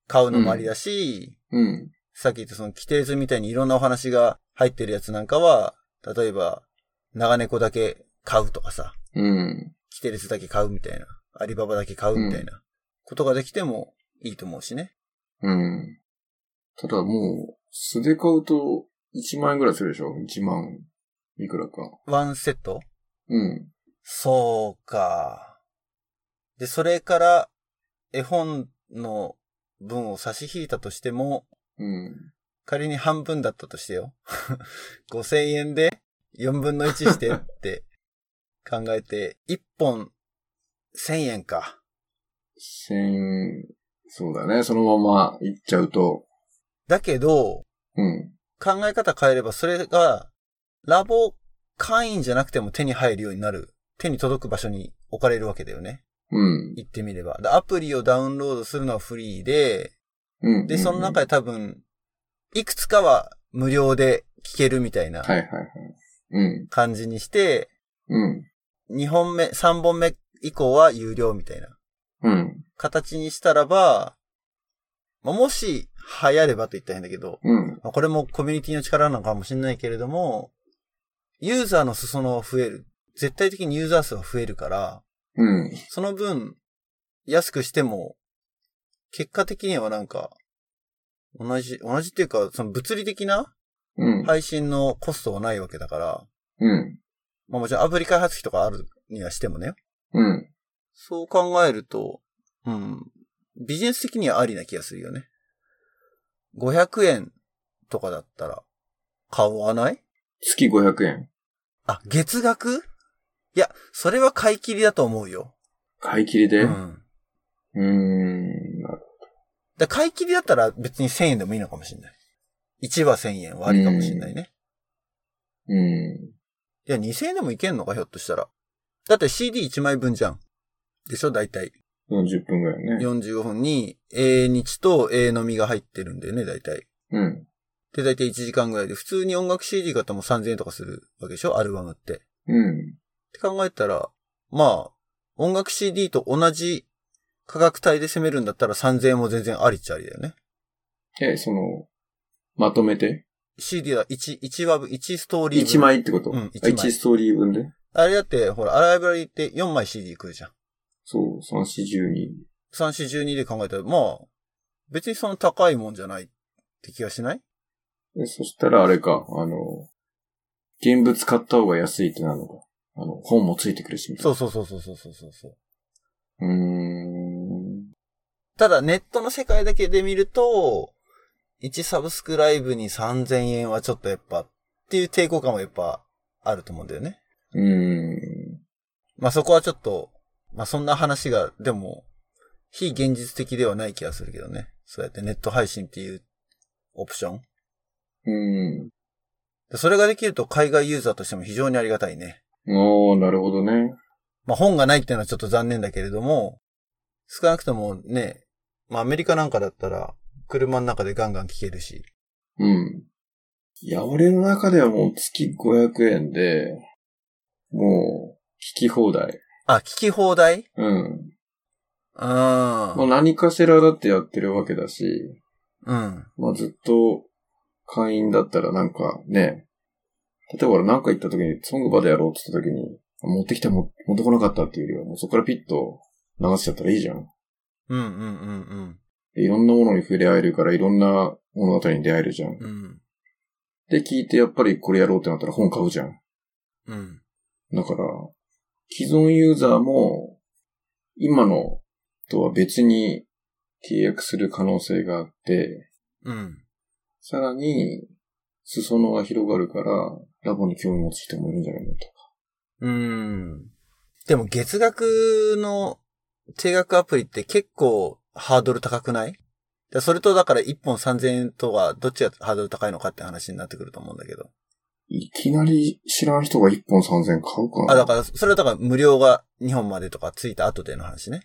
買うのもありだし、
う。うん。
さっき言ったその規定図みたいにいろんなお話が入ってるやつなんかは、例えば、長猫だけ買うとかさ、
うん。
規定列だけ買うみたいな、アリババだけ買うみたいなことができてもいいと思うしね。
うん。ただもう、素で買うと1万円ぐらいするでしょ ?1 万いくらか。
ワンセット
うん。
そうか。で、それから絵本の文を差し引いたとしても、
うん。
仮に半分だったとしてよ。5000円で4分の1してって考えて、1本1000円か。
千、そうだね。そのまま行っちゃうと。
だけど、
うん。
考え方変えればそれが、ラボ会員じゃなくても手に入るようになる。手に届く場所に置かれるわけだよね。
うん。
言ってみれば。でアプリをダウンロードするのはフリーで、
うん。
で、その中
で。
で多分、いくつかは無料で聞けるみたいな
はいはいはい。うん。
感じにして、
うん。
2本目、3本目以降は有料みたいな
うん。
形にしたらば、まあもし流行ればと言ったら変だけど、
うん。
まあこれもコミュニティの力なのかもしれないけれども、ユーザーの裾野は増える。絶対的にユーザー数は増えるから、
うん。
その分、安くしても、結果的にはなんか、同じ、同じっていうか、その物理的な
うん。
配信のコストはないわけだから、
うん。
まあもちろんアプリ開発費とかあるにはしてもね。
うん。
そう考えると、うん、ビジネス的にはありな気がするよね。500円とかだったら、買わない
月500円。
あ、月額いや、それは買い切りだと思うよ。
買い切りで。
う
うー
ん。
ん。
だから買い切りだったら別に1000円でもいいのかもしれない。1は1000円はありかもしれないね。
うん。
いや、2000円でもいけんのか、ひょっとしたら。だって CD1 枚分じゃん。でしょ大体。
40分ぐらいね。
45分に A 日と A のみが入ってるんだよね、大体。
うん。
で、大体1時間ぐらいで、普通に音楽 CD 買ったらもう3000円とかするわけでしょアルバムって。っ
うん。
て考えたら、まあ、音楽 CD と同じ価格帯で攻めるんだったら3000円も全然ありっちゃありだよね。
え、その、まとめて。
CD は1、1話分、1ストーリー分。
1枚ってこと、
うん
あ
一枚
一ストーリー分で。
あれだって、ほら、アライブラリって4枚 CD 食うじゃん。
そう、3、4、12。
3、4、12で考えたら、まあ、別にその高いもんじゃないって気がしない
え、そしたらあれか、あの、現物買った方が安いってなるのか。あの、本もついてくるし、みたい
そ
な。
うそうそうそうそうそうそうそう。
う。うーん。
ただ、ネットの世界だけで見ると、1サブスクライブに3000円はちょっとやっぱ、っていう抵抗感もやっぱあると思うんだよね。
う
まあそこはちょっと、まあそんな話が、でも、非現実的ではない気がするけどね。そうやってネット配信っていうオプション。
ーん。
でそれができると海外ユーザーとしても非常にありがたいね。
うん。おー、なるほどね。
まあ本がないっていうのはちょっと残念だけれども、少なくともね、まあアメリカなんかだったら、車の中でガンガン聴けるし。
うん。いや、俺の中ではもう月500円で、もう、聞き放題。
あ、聞き放題
うん。
うん。
まあ何かしらだってやってるわけだし、
うん。
まあずっと会員だったらなんかね、例えば俺なんか行った時に、ソングバでやろうって言った時に、持ってきても、持ってこなかったっていうよりは、もうそこからピッと流しちゃったらいいじゃん。
うんうんうん
でいろんなものに触れ合えるから、いろんな物語に出会えるじゃ
う
ん
ん。う。ん。
で、聞いてやっぱりこれやろうってなったら本買うじゃん。
うん。
だから、既存ユーザーも、今のとは別に契約する可能性があって、
うん。
さらに、裾野が広がるから、ラボに興味持つ人もいるんじゃないのと。
うん。でも月額の定額アプリって結構ハードル高くないだそれとだから1本3000円とはどっちがハードル高いのかって話になってくると思うんだけど。
いきなり知らん人が1本3000円買うかな。
あ、だから、それはだから無料が2本までとかついた後での話ね。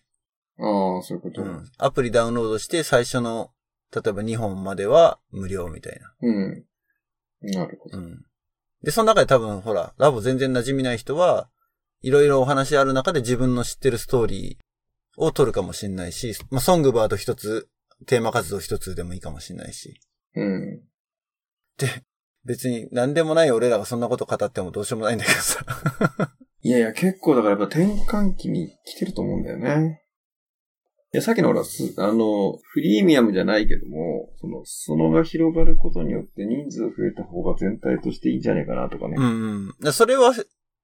ああ、そういうこと。
う
うん
ん。。アプリダウンロードして最初の、例えば2本までは無料みたいな。
なるほど。
うん。で、その中で多分ほら、ラボ全然馴染みない人は、いろいろお話ある中で自分の知ってるストーリーを取るかもしれないし、まあ、ソングバード一つ、テーマ活動一つでもいいかもしれないし。
うん。
別に何でもない俺らがそんなこと語ってもどうしようもないんだけどさ。
いやいや、結構だからやっぱ転換期に来てると思うんだよね。いや、さっきのほら、すあの、フリーミアムじゃないけども、その、そのが広がることによって人数増えた方が全体としていいんじゃないかなとか
う
ね。
んうん。だからそれは、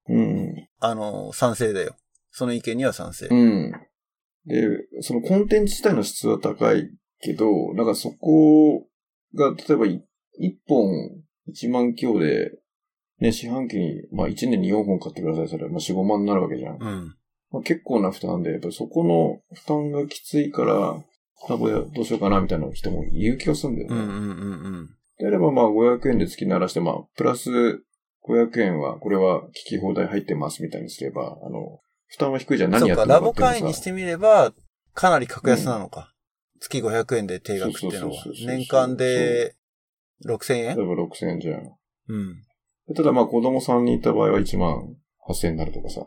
うん。
あの、賛成だよ。その意見には賛成。
うん。で、そのコンテンツ自体の質は高いけど、なんかそこが、例えばい一本1万強で、ね、四半期に、まあ1年に4本買ってください、それ、まあ4、5万になるわけじゃん。
うん。
まあ、結構な負担で、やっぱそこの負担がきついから、なんかどうしようかなみたいな人も言う気がするんだよ
う
ね。
んうんうんうん。
であればまあ500円で月ならして、まあプラス500円は、これは聞き放題入ってますみたいにすれば、あの、負担は低いじゃん。何
そ
や
う
って
か、
もら
ラ
っても
ボ会員にしてみれば、かなり格安なのか。月500円で定額っていうのは
そうそうそうそう。
年間で6000円
例えば6000円じゃん。
うん。
でただまあ子供3人いた場合は1万8000円になるとかさ。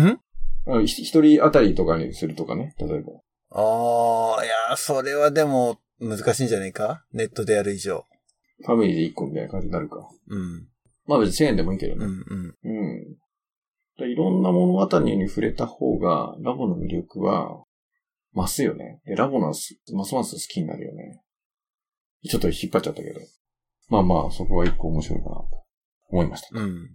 ん
あひ一人あたりとかにするとかね、例えば。
ああ、いやー、それはでも難しいんじゃないかネットでやる以上。
ファミリーで1個みたいな感じになるか。
うん。
まあ別に1000円でもいいけどね。
うんうん。
うん。でいろんな物語に触れた方が、ラボの魅力は、増すよね。で、ラボのす、ますます好きになるよね。ちょっと引っ張っちゃったけど。まあまあ、そこは一個面白いかな、と思いました。
うん。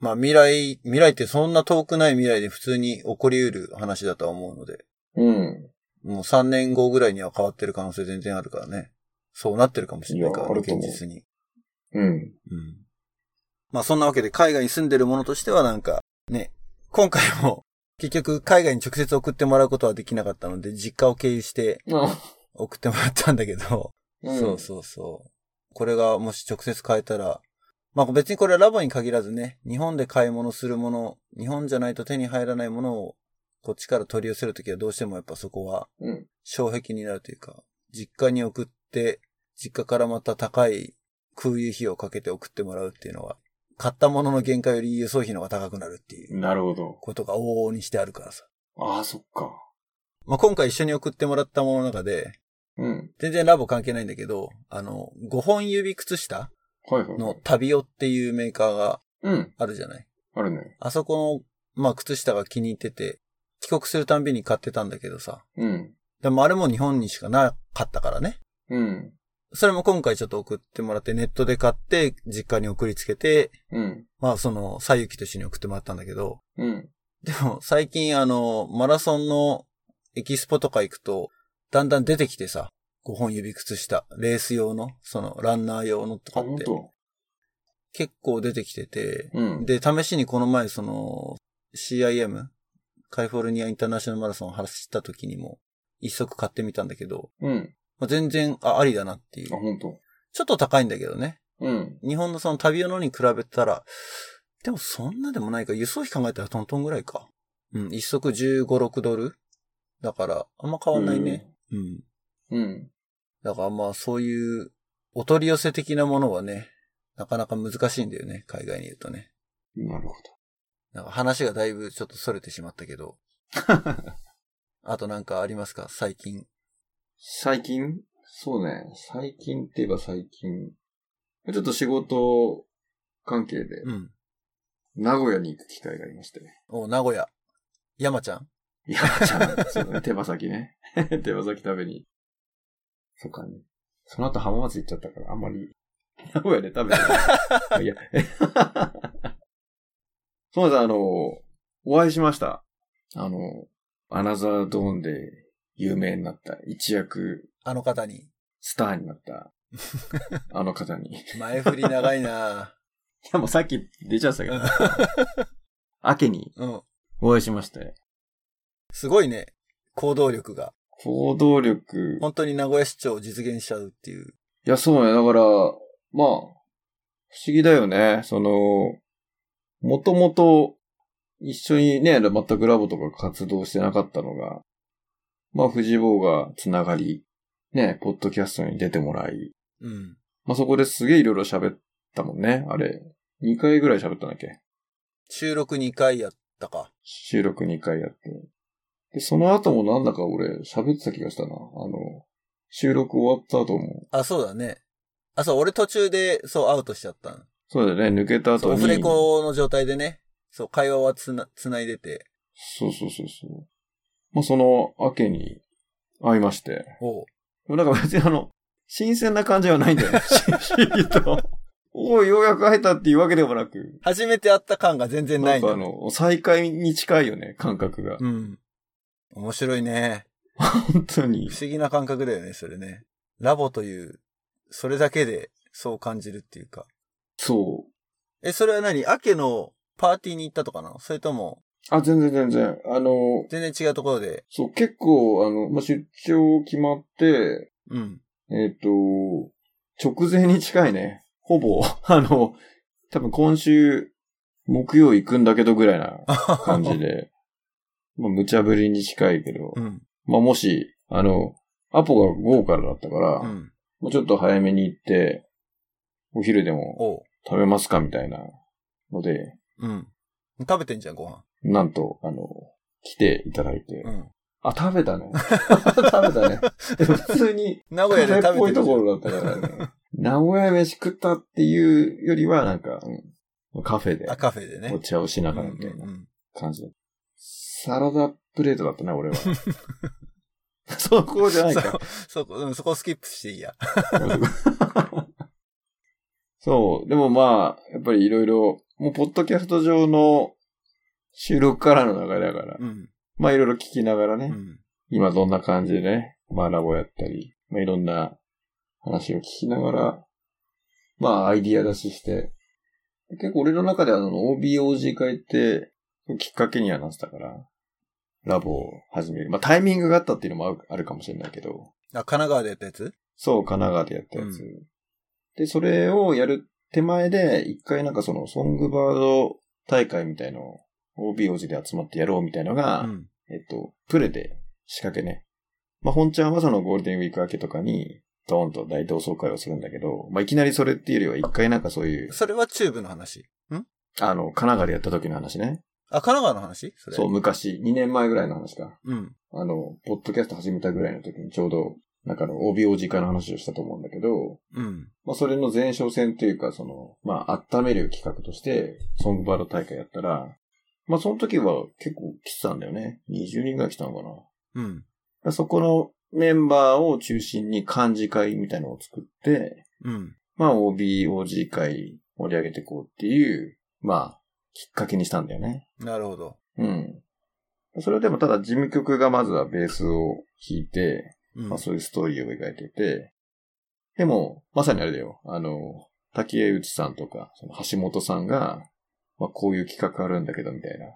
まあ未来、未来ってそんな遠くない未来で普通に起こり得る話だとは思うので、
うん。
もう3年後ぐらいには変わってる可能性全然あるからね。そうなってるかもしれないから、
いやあ
ね、
る
現
と思う
実に。
うん。
うん。まあそんなわけで海外に住んでるものとしてはなんか、ね、今回も結局、海外に直接送ってもらうことはできなかったので、実家を経由して送ってもらったんだけど、そうそうそう。これがもし直接買えたら、まあ別にこれはラボに限らずね、日本で買い物するもの、日本じゃないと手に入らないものをこっちから取り寄せるときはどうしてもやっぱそこは
うん。うん。
障壁になるというか、実家に送って、実家からまた高い空輸費をかけて送ってもらうっていうのは、買ったものの原価より輸送費の方が高くなるっていう
なるほど。
ことが往々にしてあるからさ。
ああ、そっか。
まあ今回一緒に送ってもらったものの中で、
うん。
全然ラボ関係ないんだけど、あの、5本指靴下
はいはい。
のタビオっていうメーカーが
うん。
あるじゃない。
あるね。
あそこの、まあ靴下が気に入ってて、帰国するたんびに買ってたんだけどさ。
うん。
でもあれも日本にしかなかったからね。
うん。
それも今回ちょっと送ってもらって、ネットで買って、実家に送りつけて、
うん。
まあその、左右機と一緒に送ってもらったんだけど、
うん。
でも最近あの、マラソンのエキスポとか行くと、だんだん出てきてさ、5本指靴下、レース用の、その、ランナー用のと
あ、
か
ほ
っ
ん
て、
と。
結構出てきてて、
うん。
で、試しにこの前その、CIM、カリフォルニアインターナショナルマラソンを走った時にも、一足買ってみたんだけど、
うん。
まあ全然、あ、ありだなってい
あ、
う。
ほんと。
ちょっと高いんだけどね。
うん。
日本のその旅用のに比べたら、でもそんなでもないか、輸送費考えたらトントンぐらいか。うん、一足15、6ドルだから、あんま変わんないね。うん。
うん。
だからまあそういう、お取り寄せ的なものはね、なかなか難しいんだよね、海外に言うとね。
うん。なるほ
なんか話がだいぶちょっと逸れてしまったけ ど、
ど。
あとなんかありますか最近。
最近そうね。最近って言えば最近。ちょっと仕事関係で、
うん。
名古屋に行く機会がありましてね。
お、名古屋。山ちゃん
いや、じゃあ、そうだね手羽先ね。 手羽先食べに。そっかね。その後浜松行っちゃったから、あんまり、名古屋で食べて ない。いや、そうです、あの、お会いしました。あの、アナザードーンで有名になった、一躍
あの方に。
スターにな った、あの方に。い
前振り長いな
や、もうさっき出ちゃってたけど、 秋に
うん。
お会いしまして、
すごいね。行動力が。
行動力、
本当に名古屋市長を実現しちゃうっていう。
いや、そうね。だから、まあ、不思議だよね。その、もともと一緒にね、全くラボとか活動してなかったのが、まあ、藤坊がつながり、ね、ポッドキャストに出てもらい、
うん。
まあ、そこですげえいろいろ喋ったもんね。あれ、2回ぐらい喋ったんだっけ
収録2回やったか。
収録2回やって。で、その後もなんだか俺喋ってた気がしたな。あの、収録終わった後も、
あ、そうだね。あ、そう、俺途中で、そう、アウトしちゃったの
そうだよね、抜けた
そう
後
オ
に。
フレコの状態でね。そう、会話はつな、つないでて。
そうそうそうそう。まあ、その、明けに会いまして。
おう
でもなんか別にあの、新鮮な感じはないん だよね。不思議と。おい、ようやく会えたっていうわけでもなく。
初めて会った感が全然な
ない
ん
ん
だ
かあの、再会に近いよね、感覚が。
うん。面白いね。
本当に
不。思議な感覚だよね、それね。ラボという、それだけで、そう感じるっていうか。
そう。
え、それは何アケのパーティーに行ったとかなのそれとも、
あ、全然全然。あの、
全然違うところで。
そう、結構、あの、まあ、出張決まって、
うん。
えっ、と、直前に近いね。ほぼ、あの、多分今週、木曜行くんだけどぐらいな感じで、まあ、無茶ぶりに近いけど、
うん。
まあ、もし、あの、アポが午後からだったから、
うん。
もうちょっと早めに行って、お昼でも
おう。
食べますかみたいなので、
うん。食べてんじゃん、ご飯。
なんと、あの、来ていただいて、
うん。
あ、食べたね。 食べ たね。でも普通に、
名古屋で
カフェっ
食
ぽ
べ
い
て
と
るじゃん。
ころだったからね。名古屋飯食ったっていうよりは、なんか、うんカフェで
あ、カフェでね
お。茶をしながらみたい
うんう
なん感じだサラダプレートだったね、俺は。 そこじゃ
う
なんい
そう
か。
そこ、うん、そこスキップしていいや。
そう。でもまあ、やっぱりいろいろ、もうポッドキャスト上の収録からの流れだから、
うん。
まあいろいろ聞きながらね、
うん。
今どんな感じでね、まあラボやったり、まあいろんな話を聞きながら、まあアイディア出しして、結構俺の中ではあの OBOG 会ってきっかけにはなってたから、ラボを始める。まあ、タイミングがあったっていうのもあるあるかもしれないけど、
あ、神奈川でやったやつ
そう、神奈川でやったやつ。で、それをやる手前で、一回なんかその、ソングバード大会みたいのを、OBOG で集まってやろうみたいのが、
うん。
えっと、プレで仕掛けね。まあ、本ちゃんはそのゴールデンウィーク明けとかに、ドーンと大同窓会をするんだけど、まあ、いきなりそれっていうよりは一回なんかそういう、
それはチューブの話。ん
あの、神奈川でやった時の話ね。
あ、神奈川の話それ。
そう、。昔、2年前ぐらいの話か。
うん。
あの、ポッドキャスト始めたぐらいの時にちょうど、なんかあの、OBOG 化の話をしたと思うんだけど、
うん。
まあ、それの前哨戦というか、その、まあ、温める企画として、ソングバード大会やったら、まあ、その時は結構来てたんだよね。20人ぐらい来たのかな。
うん。
そこのメンバーを中心に漢字会みたいなのを作って、
うん。
まあ OBOG 会盛り上げていこうっていう、まあ、きっかけにしたんだよね。
なるほど。
うん。それはでもただ事務局がまずはベースを弾いて、
うん。
まあそういうストーリーを描いてて、でも、まさにあれだよ、あの、竹江内さんとか、その橋本さんが、まあこういう企画あるんだけどみたいな、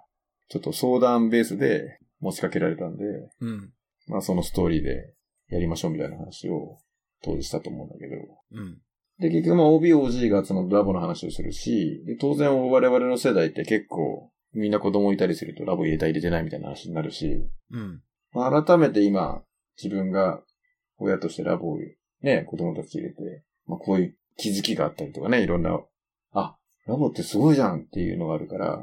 ちょっと相談ベースで持ちかけられたんで、
うん。
まあそのストーリーでやりましょうみたいな話を当時したと思うんだけど。
うん。
で、結局まあ OBOG がそのラボの話をするし、で、当然我々の世代って結構みんな子供いたりするとラボ入れた入れてないみたいな話になるし、
うん。
まあ改めて今自分が親としてラボをね、子供たち入れて、まあこういう気づきがあったりとかね、いろんな、あ、ラボってすごいじゃんっていうのがあるから、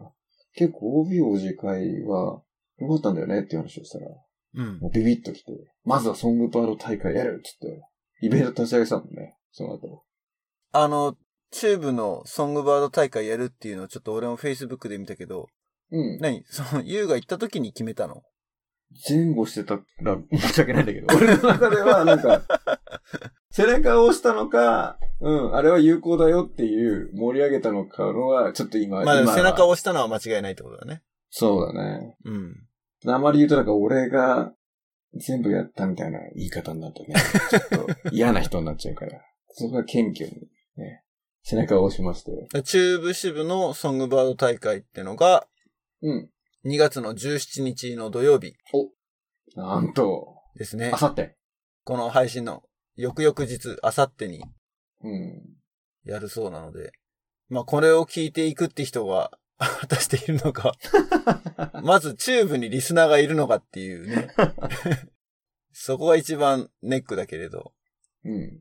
結構 OBOG 会は良かったんだよねっていう話をしたら、
うん。
もうビビッときて、まずはソングバード大会やるっつって、イベント立ち上げたもんね、その後。
あの、チューブのソングバード大会やるっていうのをちょっと俺も Facebook で見たけど、
うん。
何 その、ユウが行った時に決めたの
前後してたら申し訳ないんだけど、俺の中ではなんか、背中を押したのか、うん、あれは有効だよっていう盛り上げたのかのは、ちょっと今、
まあ、
今は
背中を押したのは間違いないってことだね。
そうだね。
うん。
あまり言うとなんか俺が全部やったみたいな言い方になってね、ちょっと嫌な人になっちゃうから、そこが謙虚にね、背中を押しまして、
チューブ支部のソングバード大会ってのが、
うん、
2月の17日の土曜日
なんと、
ですね
あ。さって。
この配信の翌々日、あさってに
うん。
やるそうなので、まあこれを聞いていくって人が 果たしているのか、まずチューブにリスナーがいるのかっていうね。 そこが一番ネックだけれど、
うん。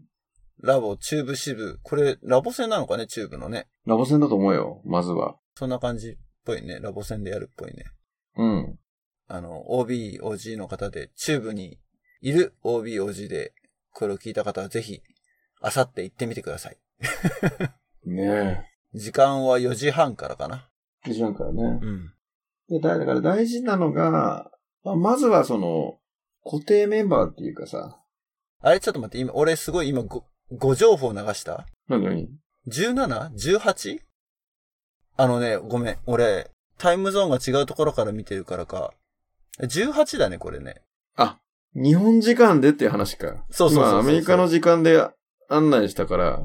ラボ、チューブ支部、これラボ戦なのかね、チューブのね。
ラボ戦だと思うよ、まずは。
そんな感じっぽいね、ラボ戦でやるっぽいね。
うん。
あの、OB、OG の方で、チューブにいる OB、OG で、これを聞いた方はぜひ、あさって行ってみてください。
ね
時間は4時半からかな。
え。時間からね。
うん。
でだだから大事なのが、まあ、まずはその、固定メンバーっていうかさ、
あれちょっと待って、今、俺すごい今ご、ご情報流した
なんだに
?17?18? あのね、ごめん。俺、タイムゾーンが違うところから見てるからか。18だね、これね。
あ、日本時間でっていう話か。
そうそうそうそう
まあアメリカの時間で案内したから、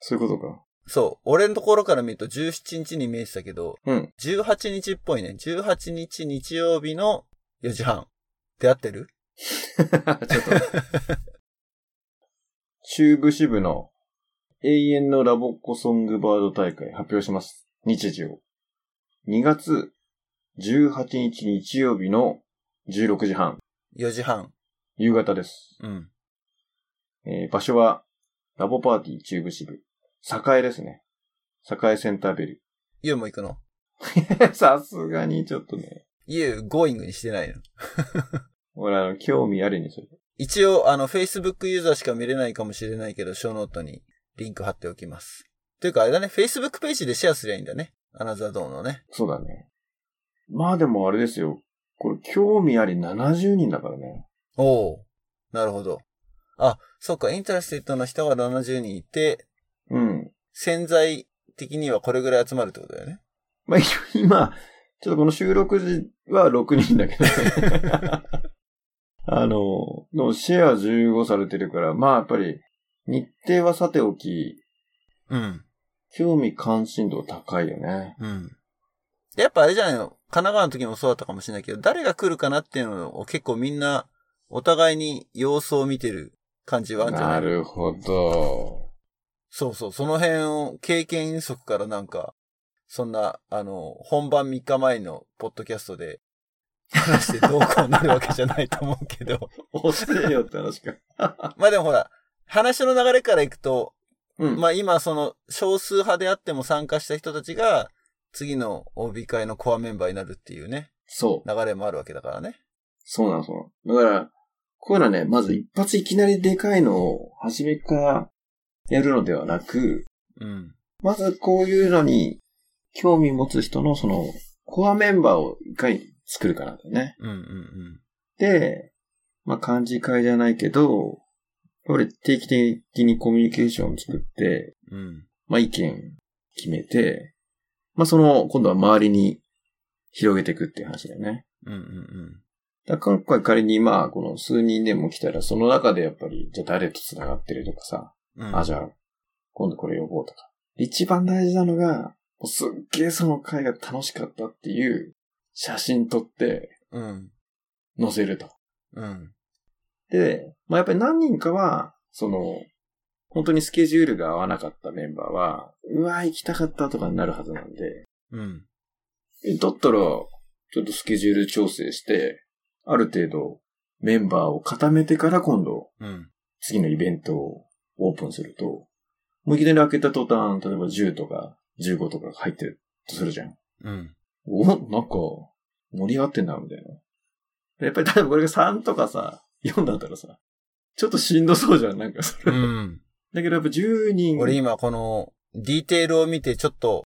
そういうことか。
そう。俺のところから見ると17日に見えてたけど、
うん。
18日っぽいね。18日日曜日の4時半。出会ってる
ちょっと。中部支部の永遠のラボッコソングバード大会発表します。日時を。2月18日日曜日の16時半、
?4 時半。
夕方です。
うん。
えー場所は、ラボパーティー中部支部。栄ですね。栄センターベル。
ユウも行くの
さすがにちょっとね。
ユウ、ゴーイングにしてないの。
俺、あの、興味ありにする。
一応、あの、Facebook ユーザーしか見れないかもしれないけど、ショーノートにリンク貼っておきます。というか、あれだね、Facebook ページでシェアすりゃいいんだね。アナザードーンのね。
そうだね。まあでもあれですよ。これ、興味あり70人だからね。
おお、なるほど。あ、そっか、インタレステッドの人が70人いて、
うん。
潜在的にはこれぐらい集まるってことだよね。
まあ、い今、ちょっとこの収録時は6人だけど、 あの、でもシェア15されてるから、まあやっぱり、日程はさておき、
うん、
興味関心度高いよね。
うん。やっぱあれじゃないの神奈川の時もそうだったかもしれないけど、誰が来るかなっていうのを結構みんな、お互いに様子を見てる感じはあるんじゃな
ないるほど。
そうそう、その辺を経験則からなんか、そんな、あの、本番3日前のポッドキャストで、話してどうこうなるわけじゃないと思うけど。
遅いよって話か。
まあでもほら、話の流れからいくと、
うん。
まあ今その少数派であっても参加した人たちが、次の OB 会のコアメンバーになるっていうね、
そう。
流れもあるわけだからね。
そうなの、そうなの。だから、こういうのはね、まず一発いきなりでかいのを、初めからやるのではなく、
うん。
まずこういうのに興味持つ人のその、コアメンバーをいかに作るかなんだよね。
うんうんうん。
で、まあ、漢字会じゃないけど、やっぱり定期的にコミュニケーションを作って、
うん。
まあ、意見決めて、まあ、その、今度は周りに広げていくっていう話だよね。
うんうんうん。
だから今回仮にまあ、この数人でも来たら、その中でやっぱり、じゃあ誰と繋がってるとかさ、
うん、
あ、じゃあ、今度これ呼ぼうとか。一番大事なのが、もうすっげえその回が楽しかったっていう写真撮って
うん。
載せると。
うん。
で、まあやっぱり何人かは、その、本当にスケジュールが合わなかったメンバーは、うわ、行きたかったとかになるはずなんで、
うん。
えだったら、ちょっとスケジュール調整して、ある程度メンバーを固めてから今度、
うん。
次のイベントをオープンすると、もういきなり開けた途端、例えば10とか15とか入ってるとするじゃん。
うん。
おなんか、盛り上がってんな、みたいな。でやっぱり、例えばこれが3とかさ、4だったらさ、ちょっとしんどそうじゃん、なんかそれ。
うん。
だけどやっぱ10人。
俺今このディテールを見てちょっと、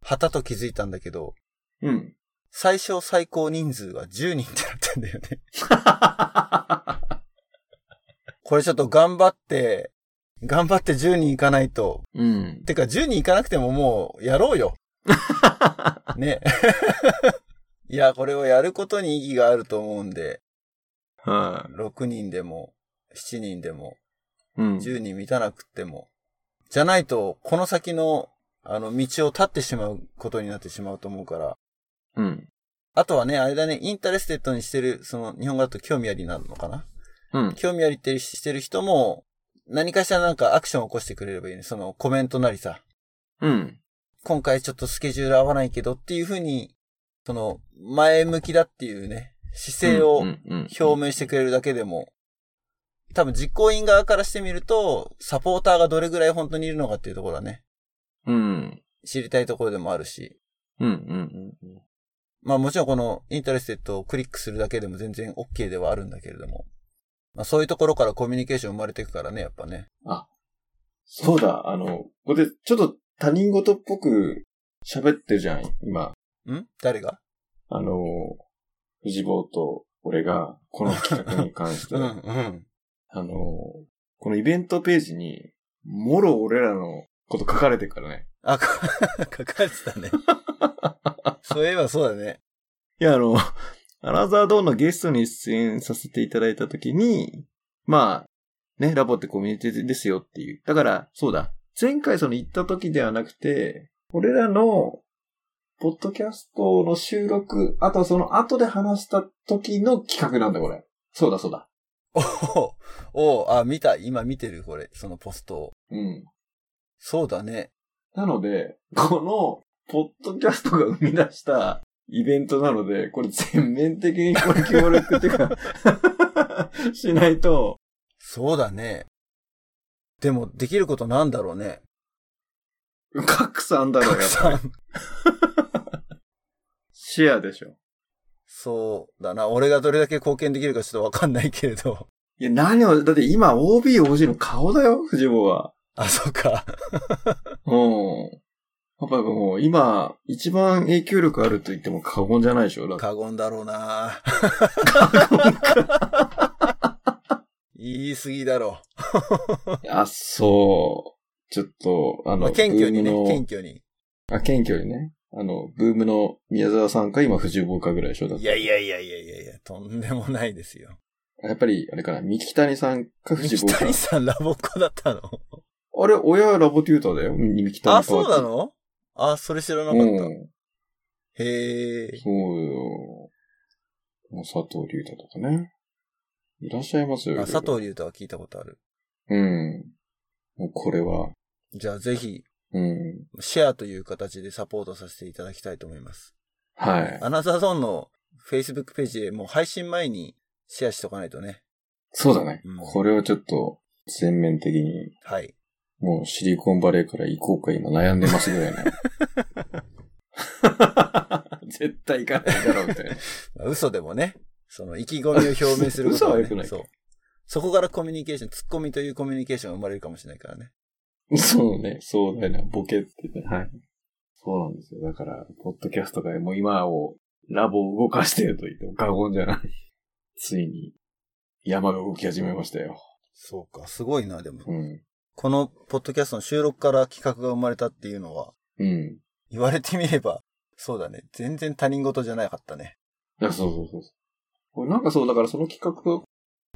はたと気づいたんだけど、
うん。
最小最高人数は10人ってなってんだよね。これちょっと頑張って、頑張って10人行かないと。
うん。
てか10人行かなくてももうやろうよ。ね。 いや、これをやることに意義があると思うんで、
は
6人でも、7人でも、
い。うん。
10人満たなくっても。じゃないと、この先の、あの、道を立ってしまうことになってしまうと思うから、
うん。
あとはね、あれだね、インタレステッドにしてる、その、日本語だと興味ありになるのかな
うん。
興味ありってしてる人も、何かしらなんかアクションを起こしてくれればいいね。その、コメントなりさ、
うん。
今回ちょっとスケジュール合わないけどっていうふうに、その、前向きだっていうね、姿勢を
表
表明してくれるだけでも、多分実行委員側からしてみると、サポーターがどれぐらい本当にいるのかっていうところはね、
うん。
知りたいところでもあるし、
うん。うん。うん。
まあもちろんこのインタレステッドをクリックするだけでも全然 OK ではあるんだけれども。まあそういうところからコミュニケーション生まれていくからね、やっぱね。
そうだ、あの、ここでちょっと他人事っぽく喋ってるじゃん、今。
ん誰が
あの、藤坊と俺がこの企画に関して、
うん、うん。
あの、このイベントページに、もろ俺らのこと書かれてるからね。
あ、か 書かれてた ね。そういえばそうだね。
いや、あの、アナザードーンのゲストに出演させていただいたときに、まあ、ね、ラボってコミュニティですよっていう。だから、そうだ。前回その行った時ではなくて、俺らの、ポッドキャストの収録、あとはその後で話した時の企画なんだ、これ。そうだ、そうだ。
おうおうあ、見た。今見てる、これ。そのポストを。
うん。
そうだね。
なので、この、ポッドキャストが生み出したイベントなので、これ全面的にこれ協力っていうか、しないと、
そうだね。でも、できることなんだろうね。
拡散だろ、や
拡
っぱり。
散。
シェアでしょ。
そうだな。俺がどれだけ貢献できるかちょっとわかんないけれど。
いや、何を、だって今 OB、OG の顔だよ、藤坊は。
あ、そうか。
うん。やっぱもう今、一番影響力あると言っても過言じゃないでしょ。だって
過言だろうな言い過ぎだろ
あ、そう。ちょっと、あ
う。
の、
まあ、謙虚にね
ブー、ムの
謙虚に。
あ、謙虚にね。あの、ブームの宮沢さんか今藤坊かぐらいでしょ。だっ
い
て
やいやいやいやいやいや、とんでもないですよ。
やっぱり、あれかな、三木谷さんか藤
三
坊
木
か。
谷さんラボっ子だったの
あれ、親ラボテューターだよ、三木谷
あ、
さん。
そうなのあ、それ知らなかった。
うん。
へえ。
そうよ。もう佐藤隆太とかね。いらっしゃいますよ。
あ、
いろいろ
佐藤隆太は聞いたことある。
うん。もうこれは、
じゃあぜひ、
うん。
シェアという形でサポートさせていただきたいと思います。
はい。
アナザーゾーンの Facebook ページでもう配信前にシェアしとかないとね。
そうだね。
うん
これをちょっと、全面的に、
はい。
もうシリコンバレーから行こうか今悩んでますぐらいな。 絶対行かないだろうみたいな。
まあ嘘でもね、その意気込みを表明することは、ね、
嘘は良くない
そう。そこからコミュニケーション、ツッコミというコミュニケーションが生まれるかもしれないからね。
そうね、そうだよな、ボケってね。はい。そうなんですよ。だから、ポッドキャストがもう今を、ラボを動かしてると言っても過言じゃない。ついに、山が動き始めましたよ。
そうか、すごいな、でも。
うん。
このポッドキャストの収録から企画が生まれたっていうのは、
うん。
言われてみれば、そうだね。全然他人事じゃなかったね。
あそうそうそうそう。これなんかそう、だからその企画、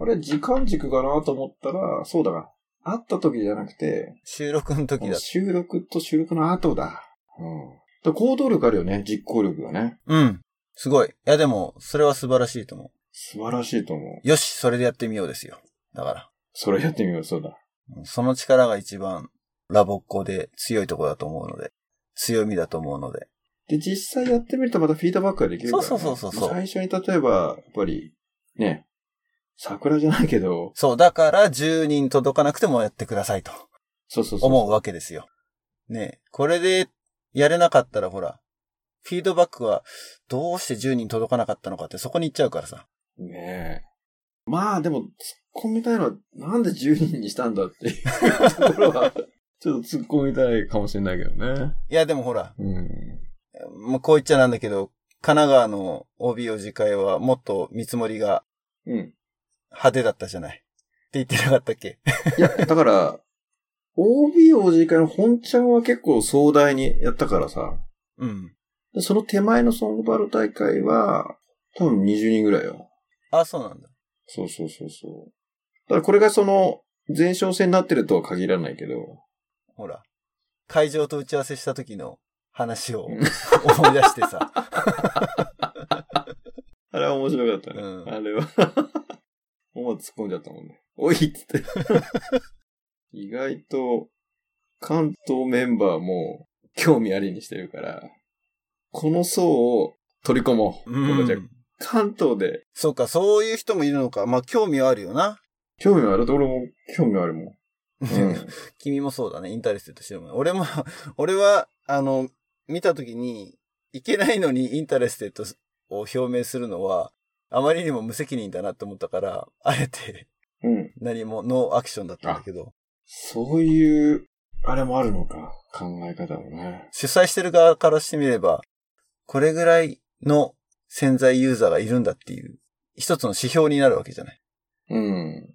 あれ、時間軸かなと思ったら、そうだな。会った時じゃなくて、
収録の時だ。
収録と収録の後だ。うん。だから行動力あるよね、実行力がね。
うん。すごい。いやでも、それは素晴らしいと思
素晴らしいと思う。
う。よし、それでやってみようですよ。だか
それやってみよう、そうだ。
らうん。その力が一番、ラボっ子で強いとこだと思うので、強みだと思うので。
で、実際やってみるとまたフィードバックができるから、ね。
そうそうそうそうそう
最初に例えば、やっぱり、ね、桜じゃないけど、
そう、だから10人届かなくてもやってくださいと
そうそうそう。
思うわけですよ。ねえこれでやれなかったらほら、フィードバックはどうして10人届かなかったのかってそこに行っちゃうからさ。
ねえ。まあでも、突っ込みたいのは、なんで10人にしたんだっていうところは、 ちょっと突っ込みたいかもしれないけどね。
いやでもほら、
うん。
もうこう言っちゃなんだけど、神奈川の OB お次会はもっと見積もりが
うん。
派手だったじゃない。って言ってなかったっけ
いや、だから、OB おじい会の本ちゃんは結構壮大にやったからさ、
うん。
でその手前のソングバル大会は、多分20人ぐらいよ。
あ、そうなんだ。
そうそうそうそう。だからこれがその、前哨戦になってるとは限らないけど。
ほら。会場と打ち合わせした時の話を思い出して さ。
あれは面白かったね。
うん
あれは。 もう突っ込んじゃったもんね。おいっつって。 意外と、関東メンバーも興味ありにしてるから、この層を取り込もう。これじゃ
ん。
関東で、
そうか、そういう人もいるのか。まあ、興味はあるよな。
興味あると俺も興味あるもん。うん。
君もそうだね。インタレステッドしてるもん。俺も、 俺は、あの、見たときに、いけないのにインタレステッドを表明するのは、あまりにも無責任だなって思ったから、あえて
うん。
何もノーアクションだったんだけど、
そういう、あれもあるのか。考え方もね。
主催してる側からしてみれば、これぐらいの潜在ユーザーがいるんだっていう、一つの指標になるわけじゃない。
うん。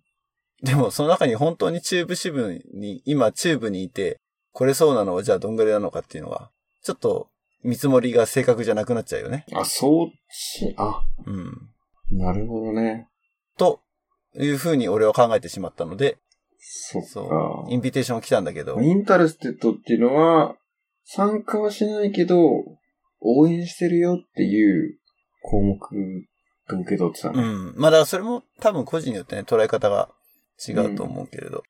でも、その中に本当に中部支部に、今中部にいて、これそうなのはじゃあどんぐらいなのかっていうのが、ちょっと見積もりが正確じゃなくなっちゃうよね。
あ、そっち、あ、
うん。
なるほどね。
というふうに俺は考えてしまったので、
そっ
そう。イ
か。
ンビテーション来たんだけど、
インタレステッドっていうのは、参加はしないけど、応援してるよっていう項目が受け取ってた
う
ね。
ん。まあだからそれも多分個人によってね、捉え方が違うと思うけれど。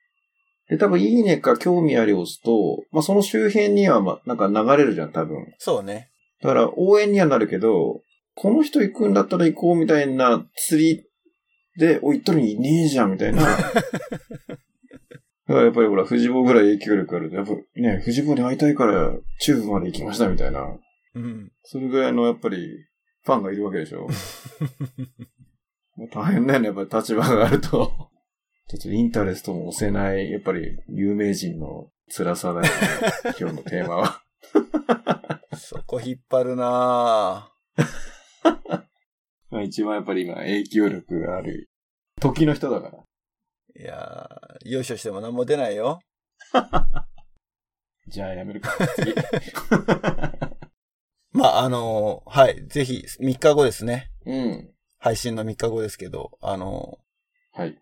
で、多分、いいねか興味ありを押すと、まあ、その周辺には、まあ、なんか流れるじゃん、多分。
そうね。
だから、応援にはなるけど、この人行くんだったら行こうみたいな釣りで、おい、行ったのにいねえじゃん、みたいな。だからやっぱりほら、藤坊ぐらい影響力あると、やっぱね、藤坊に会いたいから、中部まで行きましたみたいな。
うん。
それぐらいのやっぱり、ファンがいるわけでしょ。もう大変だよね、やっぱり立場があると。ちょっとインタレストも押せない、やっぱり有名人の辛さだよね、今日のテーマは。
そこ引っ張るなぁ
まあ一番やっぱり今影響力がある時の人だから。
いやー、よいしょしても何も出ないよ。
じゃあやめるか。 次。
まあ、あのーはい。ぜひ、3日後ですね。
うん。
配信の3日後ですけど、あの、
はい。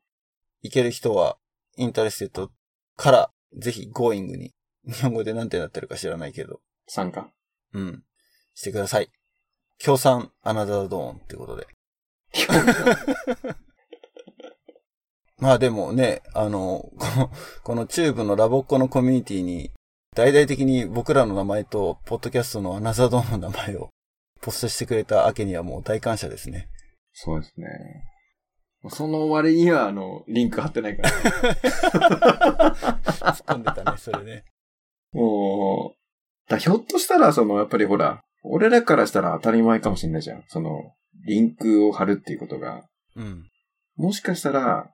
行ける人は、インタレステッドから、ぜひ、Going に、日本語で何てなってるか知らないけど、
参加。
うん、してください。協賛アナザードーンってことで。まあでもね、あの、この、このチューブのラボっ子のコミュニティに、大々的に僕らの名前と、ポッドキャストのアナザードーンの名前をポストしてくれたアケにはもう大感謝ですね。
そうですね。その割には、あの、リンク貼ってないから。
突っ込んでたね、それね。
もう、だひょっとしたら、その、やっぱりほら、俺らからしたら当たり前かもしれないじゃん。その、リンクを貼るっていうことが。
うん。
もしかしたら、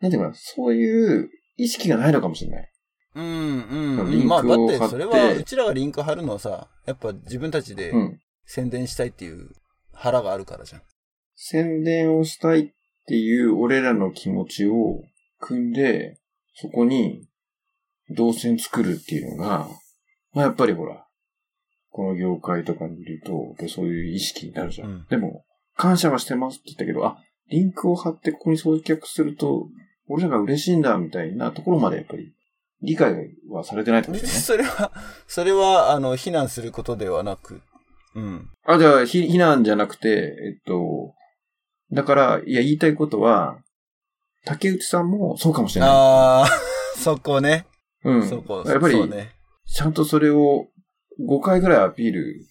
なんていうかな、そういう意識がないのかもしれない。
うん、う
リン
ん。
ク
まあ、だっ
を貼って
て、それは、うちらがリンク貼るのはさ、やっぱ自分たちで
うん。
宣伝したいっていう腹があるからじゃん。
宣伝をしたいっていう俺らの気持ちを組んで、そこに動線作るっていうのが、まあやっぱりほら、この業界とかにいると、やっぱそういう意識になるじゃん。
うん
でも、感謝はしてますって言ったけど、あ、リンクを貼ってここに送客すると、俺らが嬉しいんだみたいなところまでやっぱり理解はされてないってこと
別
だ
に
よね。
それは、それは、あの、非難することではなく、うん。
あ、じゃあ、ひ避難じゃなくて、えっと、だから、いや、言いたいことは、竹内さんもそうかもしれない。
ああ、 そこね。
うん。
そこ、
やっぱ
そう
り、
ね。
ちゃんとそれを5回ぐらいアピール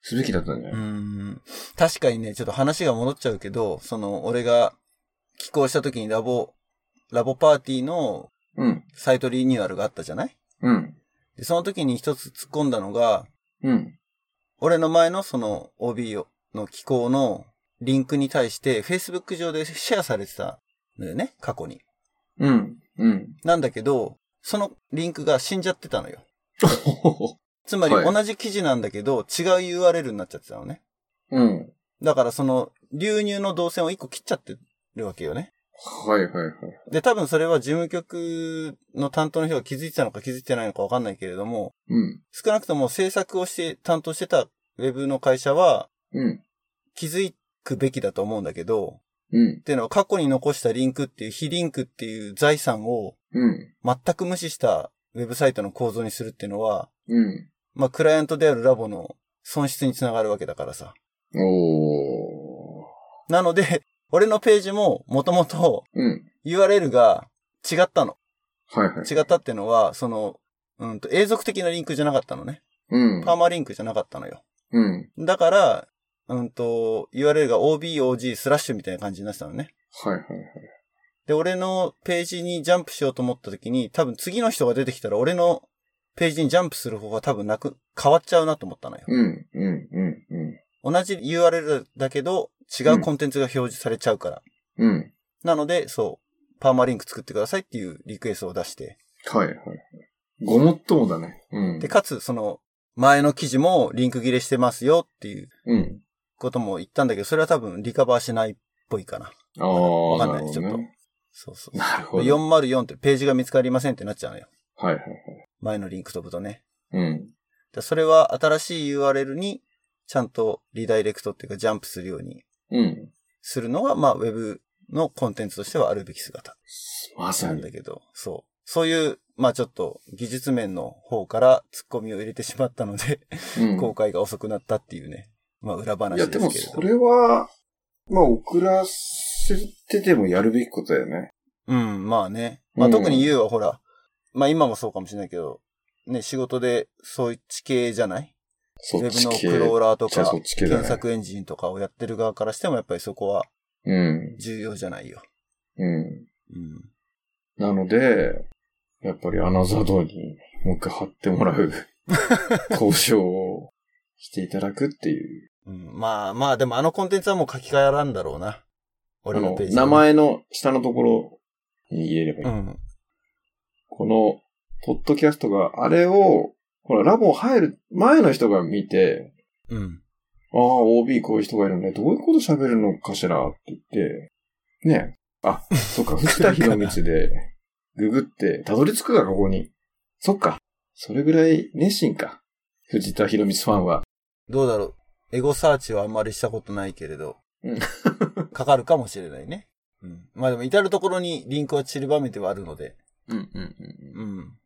すべきだったんじゃ
う
ない、
ん。確かにね、ちょっと話が戻っちゃうけど、その、俺が寄稿した時にラボ、ラボパーティーの
うん、
サイトリニューアルがあったじゃない
うん、
で、その時に一つ突っ込んだのが、
うん、
俺の前のその OB の寄稿のリンクに対して Facebook 上でシェアされてたのよね、過去に。
うん、うん。
なんだけど、そのリンクが死んじゃってたのよ。つまり
はい
同じ記事なんだけど、違う URL になっちゃってたのね。
うん。
だからその流入の動線を一個切っちゃってるわけよね。
はいはいはい。
で、多分それは事務局の担当の人が気づいてたのか気づいてないのかわかんないけれども、
うん、
少なくとも制作をして担当してたウェブの会社は
うん、
気づくべきだと思うんだけど、
うん
っ、ていうのは過去に残したリンクっていう非リンクっていう財産を
うん、
全く無視したウェブサイトの構造にするっていうのは、
うん。
まあクライアントであるラボの損失につながるわけだからさ。
おー。
なので、俺のページももともと
うん、
URL が違ったの。
はいはい。
違ったってのは、その、うんと、永続的なリンクじゃなかったのね。
うん、
パーマリンクじゃなかったのよ。
うん、
だから、うんと、URL が obog スラッシュみたいな感じになってたのね。
はいはいはい。
で、俺のページにジャンプしようと思った時に、多分次の人が出てきたら俺のページにジャンプする方が多分なく、変わっちゃうなと思ったのよ。
うん、うん、うん、う
同じ URL だけど、違うコンテンツが表示されちゃうから。
ん、うん。
なので、そう、パーマリンク作ってくださいっていうリクエストを出して。
はいはい。ごもっともだね。うん。
で、かつ、その、前の記事もリンク切れしてますよっていう
うん。
ことも言ったんだけど、それは多分リカバーしないっぽいかな。
ああ、
わかんないです
るほどね
そうそう。
なるほど。
404ってページが見つかりませんってなっちゃうのよ。
はいはい。
前のリンク飛ぶとね。
うん。
でそれは新しい URL にちゃんとリダイレクトっていうかジャンプするように
うん。
するのが、まあ Web のコンテンツとしてはあるべき姿
まさ
なん
に。
だけど、そう。そういう、まあちょっと技術面の方から突っ込みを入れてしまったので、
うん
公開が遅くなったっていうね、まあ裏話
い
で
や、
すけ
で
れ
も
ど。
それは、まあ、遅らせててもやるべきことだよね。
うん、まあね。まあ
うん
特に U はほら、まあ今もそうかもしれないけど、ね、仕事でそういう地形じゃないウ
そっ
ェブ
ち
の
系。
クローラーと
じゃ
か
あ、そっち系だ
検
ね。
索エンジンとかをやってる側からしてもやっぱりそこは
うん。
重要じゃないよ。
う
うん。
ん。なので、やっぱりアナザードにもう一回貼ってもら う交渉をしていただくっていう。
うん、まあまあ、でもあのコンテンツはもう書き換えらんだろうな。
あ
俺の
の、
ページ、
名。前の下のところに入れればい
う
い。
ん。
この、ポッドキャストが、あれを、ほら、ラボ入る前の人が見て、
うん。
ああ、OB こういう人がいるね。どういうこと喋るのかしらって言って、ね。あ、そっ か、藤田博道で、ググって、たどり着くか、ここに。そっか。それぐらい熱心か。藤田博道ファンは。
どうだろう。エゴサーチはあんまりしたことないけれど。
うん
かかるかもしれないね。うん。まあでも至るところにリンクは散りばめてはあるので。
うんうんうん。
うん。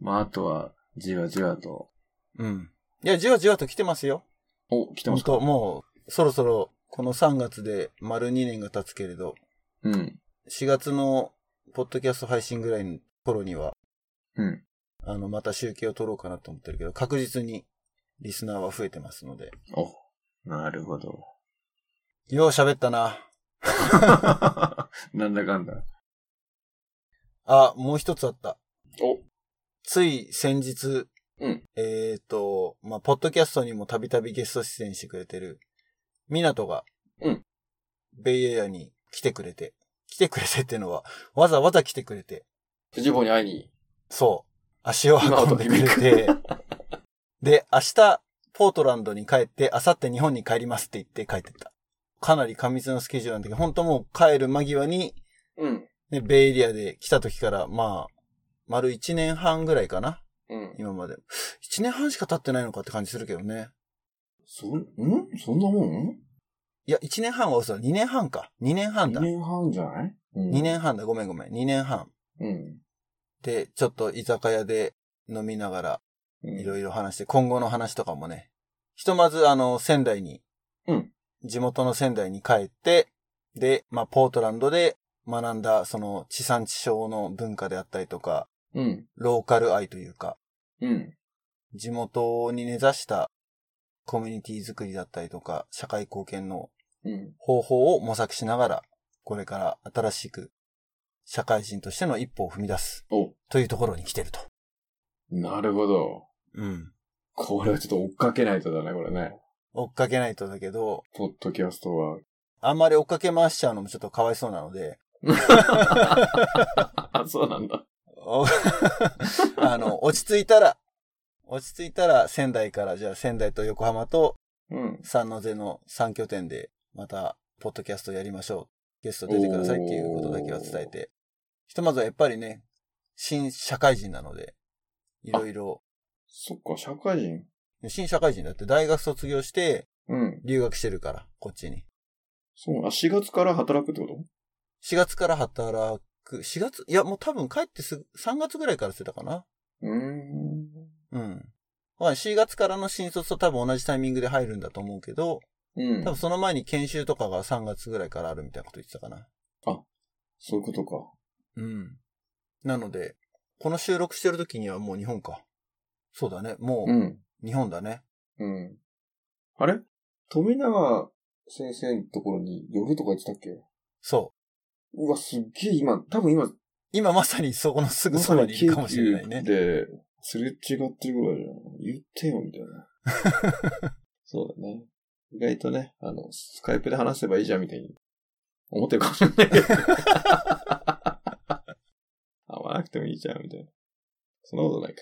まあ、あとは、じわじわと。
うん。いや、じわじわと来てますよ。
お、来てま
本
すか
当もう、そろそろ、この3月で丸2年が経つけれど、
うん。
4月のポッドキャスト配信ぐらいの頃には、
うん。
あの、また集計を取ろうかなと思ってるけど、確実にリスナーは増えてますので。
お、なるほ ど。
よう喋ったな。
なんだかんだ。
あ、もう一つあった。
お、
つい先日、
うん
えっ、と、まあ、ポッドキャストにもたびたびゲスト出演してくれてる、ミナトが、
うん
ベイエアに来てくれて、来てくれてってのは、わざわざ来てくれて、
藤坊に会いに。
そう、足を運んでくれて、 で、明日、ポートランドに帰って、明後日日本に帰りますって言って帰ってった。かなり過密なスケジュールなんだけど、本当もう帰る間際に、
うん。
ね、ベイエリアで来た時から、まあ、丸1年半ぐらいかな。
うん。
今まで。1年半しか経ってないのかって感じするけどね。
そ、んそんなもん
いや、1年半は嘘だ。2年半か。2年半
?2
だ。
年半じゃないうん
2。年半だ。ごめんごめん。2年半。
うん。
で、ちょっと居酒屋で飲みながら、
うん
いろいろ話して、今後の話とかもね。ひとまず、あの、仙台に、
うん
地元の仙台に帰って、で、まあ、ポートランドで学んだ、その、地産地消の文化であったりとか、
うん。
ローカル愛というか、
うん。
地元に根ざしたコミュニティ作りだったりとか、社会貢献の
うん。
方法を模索しながら、これから新しく社会人としての一歩を踏み出す
お、
というところに来てると。
なるほど。
うん。
これはちょっと追っかけないとだね、これね。
追っかけないとだけど、
ポッドキャストは。
あんまり追っかけ回しちゃうのもちょっとかわいそうなの で、
あ、そうなんだ。
おあの、落ち着いたら、落ち着いたら仙台から、じゃあ仙台と横浜と
うん。
三ノ瀬の3拠点で、また、ポッドキャストやりましょう。ゲスト出てくださいっていうことだけは伝えて。ひとまずはやっぱりね、新社会人なので、いろいろ、
そっか、社会人。
新社会人だって大学卒業して
うん。
留学してるから、こっちに。
そう、あ、4月から働くってこと
4月から働く、4月、いやもう多分帰ってすぐ、3月ぐらいからしてたかな。
うーん。
うん。まあ4月からの新卒と多分同じタイミングで入るんだと思うけど、
うん
多。分その前に研修とかが3月ぐらいからあるみたいなこと言ってたかな。
そういうことか。
うん。なので、この収録してる時にはもう日本か。そうだね。も
うん。
う日本だね。
うん。あれ富永先生のところに寄るとか言ってたっけ
そう。
うわ、すっげえ今、多分今、
今まさにそこのすぐ
ま
そ
さ
ば
に
にいるかもしれない
京
ね。
急で、すれ違ってるぐらいじゃん。言ってよ、みたいな。 そうだね。意外とね、あの、スカイプで話せばいいじゃん、みたいに。思ってるかもしれ ないけど。会わなくてもいいじゃん、みたいな。そんなことないか。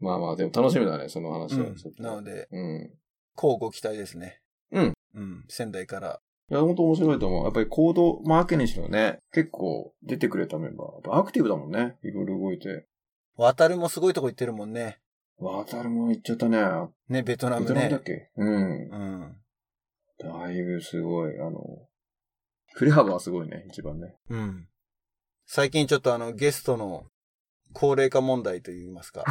まあまあ、でも楽しみだね、その
う
話は。
ん
ちょっ。と
なので、
うん。
こうご期待ですね。
うん。
うん。仙台から。
いや、本当面白いと思う。やっぱり行動、マーケにしろね、結構出てくれたメンバー。やっぱアクティブだもんね。いろいろ動いて。
渡るもすごいとこ行ってるもんね。
渡るも行っちゃったね。
ね、ベトナ
ベ
ム
トナムだ
ね
っ。けうん。
うん。
だいぶすごい。あの、振れ幅はすごいね、一番ね。
うん。最近ちょっとあの、ゲストの高齢化問題と言いますか。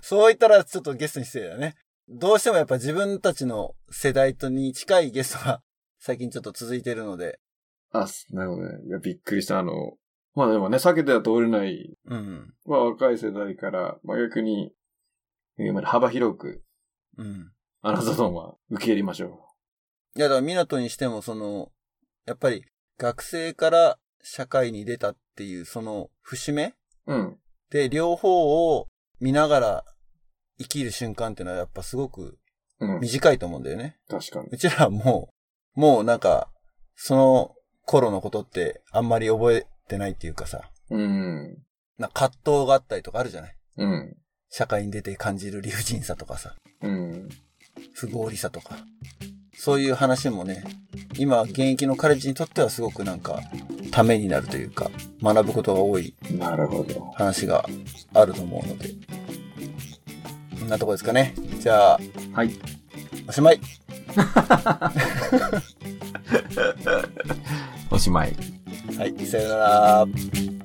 そう言ったらちょっとゲストに失礼だね。どうしてもやっぱ自分たちの世代とに近いゲストが 最近ちょっと続いてるので。
あ、すなるほどね。いや、びっくりした。あの、まあでもね、避けては通れない、
うん。
まあ若い世代から、まあ逆に、今まで幅広く、
うん。
あなたどもは受け入れましょ
いや、だから港にしてもその、やっぱり学生から社会に出たっていうその節目
う。うん。
で、両方を見ながら生きる瞬間っていうのはやっぱすごく
うん。
短いと思うんだよね。
確かに。
うちらはもう、もうなんか、その頃のことってあんまり覚えてないっていうかさ、
うん。
なんか葛藤があったりとかあるじゃない
うん。
社会に出て感じる理不尽さとかさ、
うん。
不合理さとか。そういう話もね、今現役の彼氏にとってはすごくなんか、ためになるというか、学ぶことが多い
なるほど。
話があると思うので。こんなとこですかね。じゃあ、
はい。
おしまい。
おしまい。
はい、さよなら。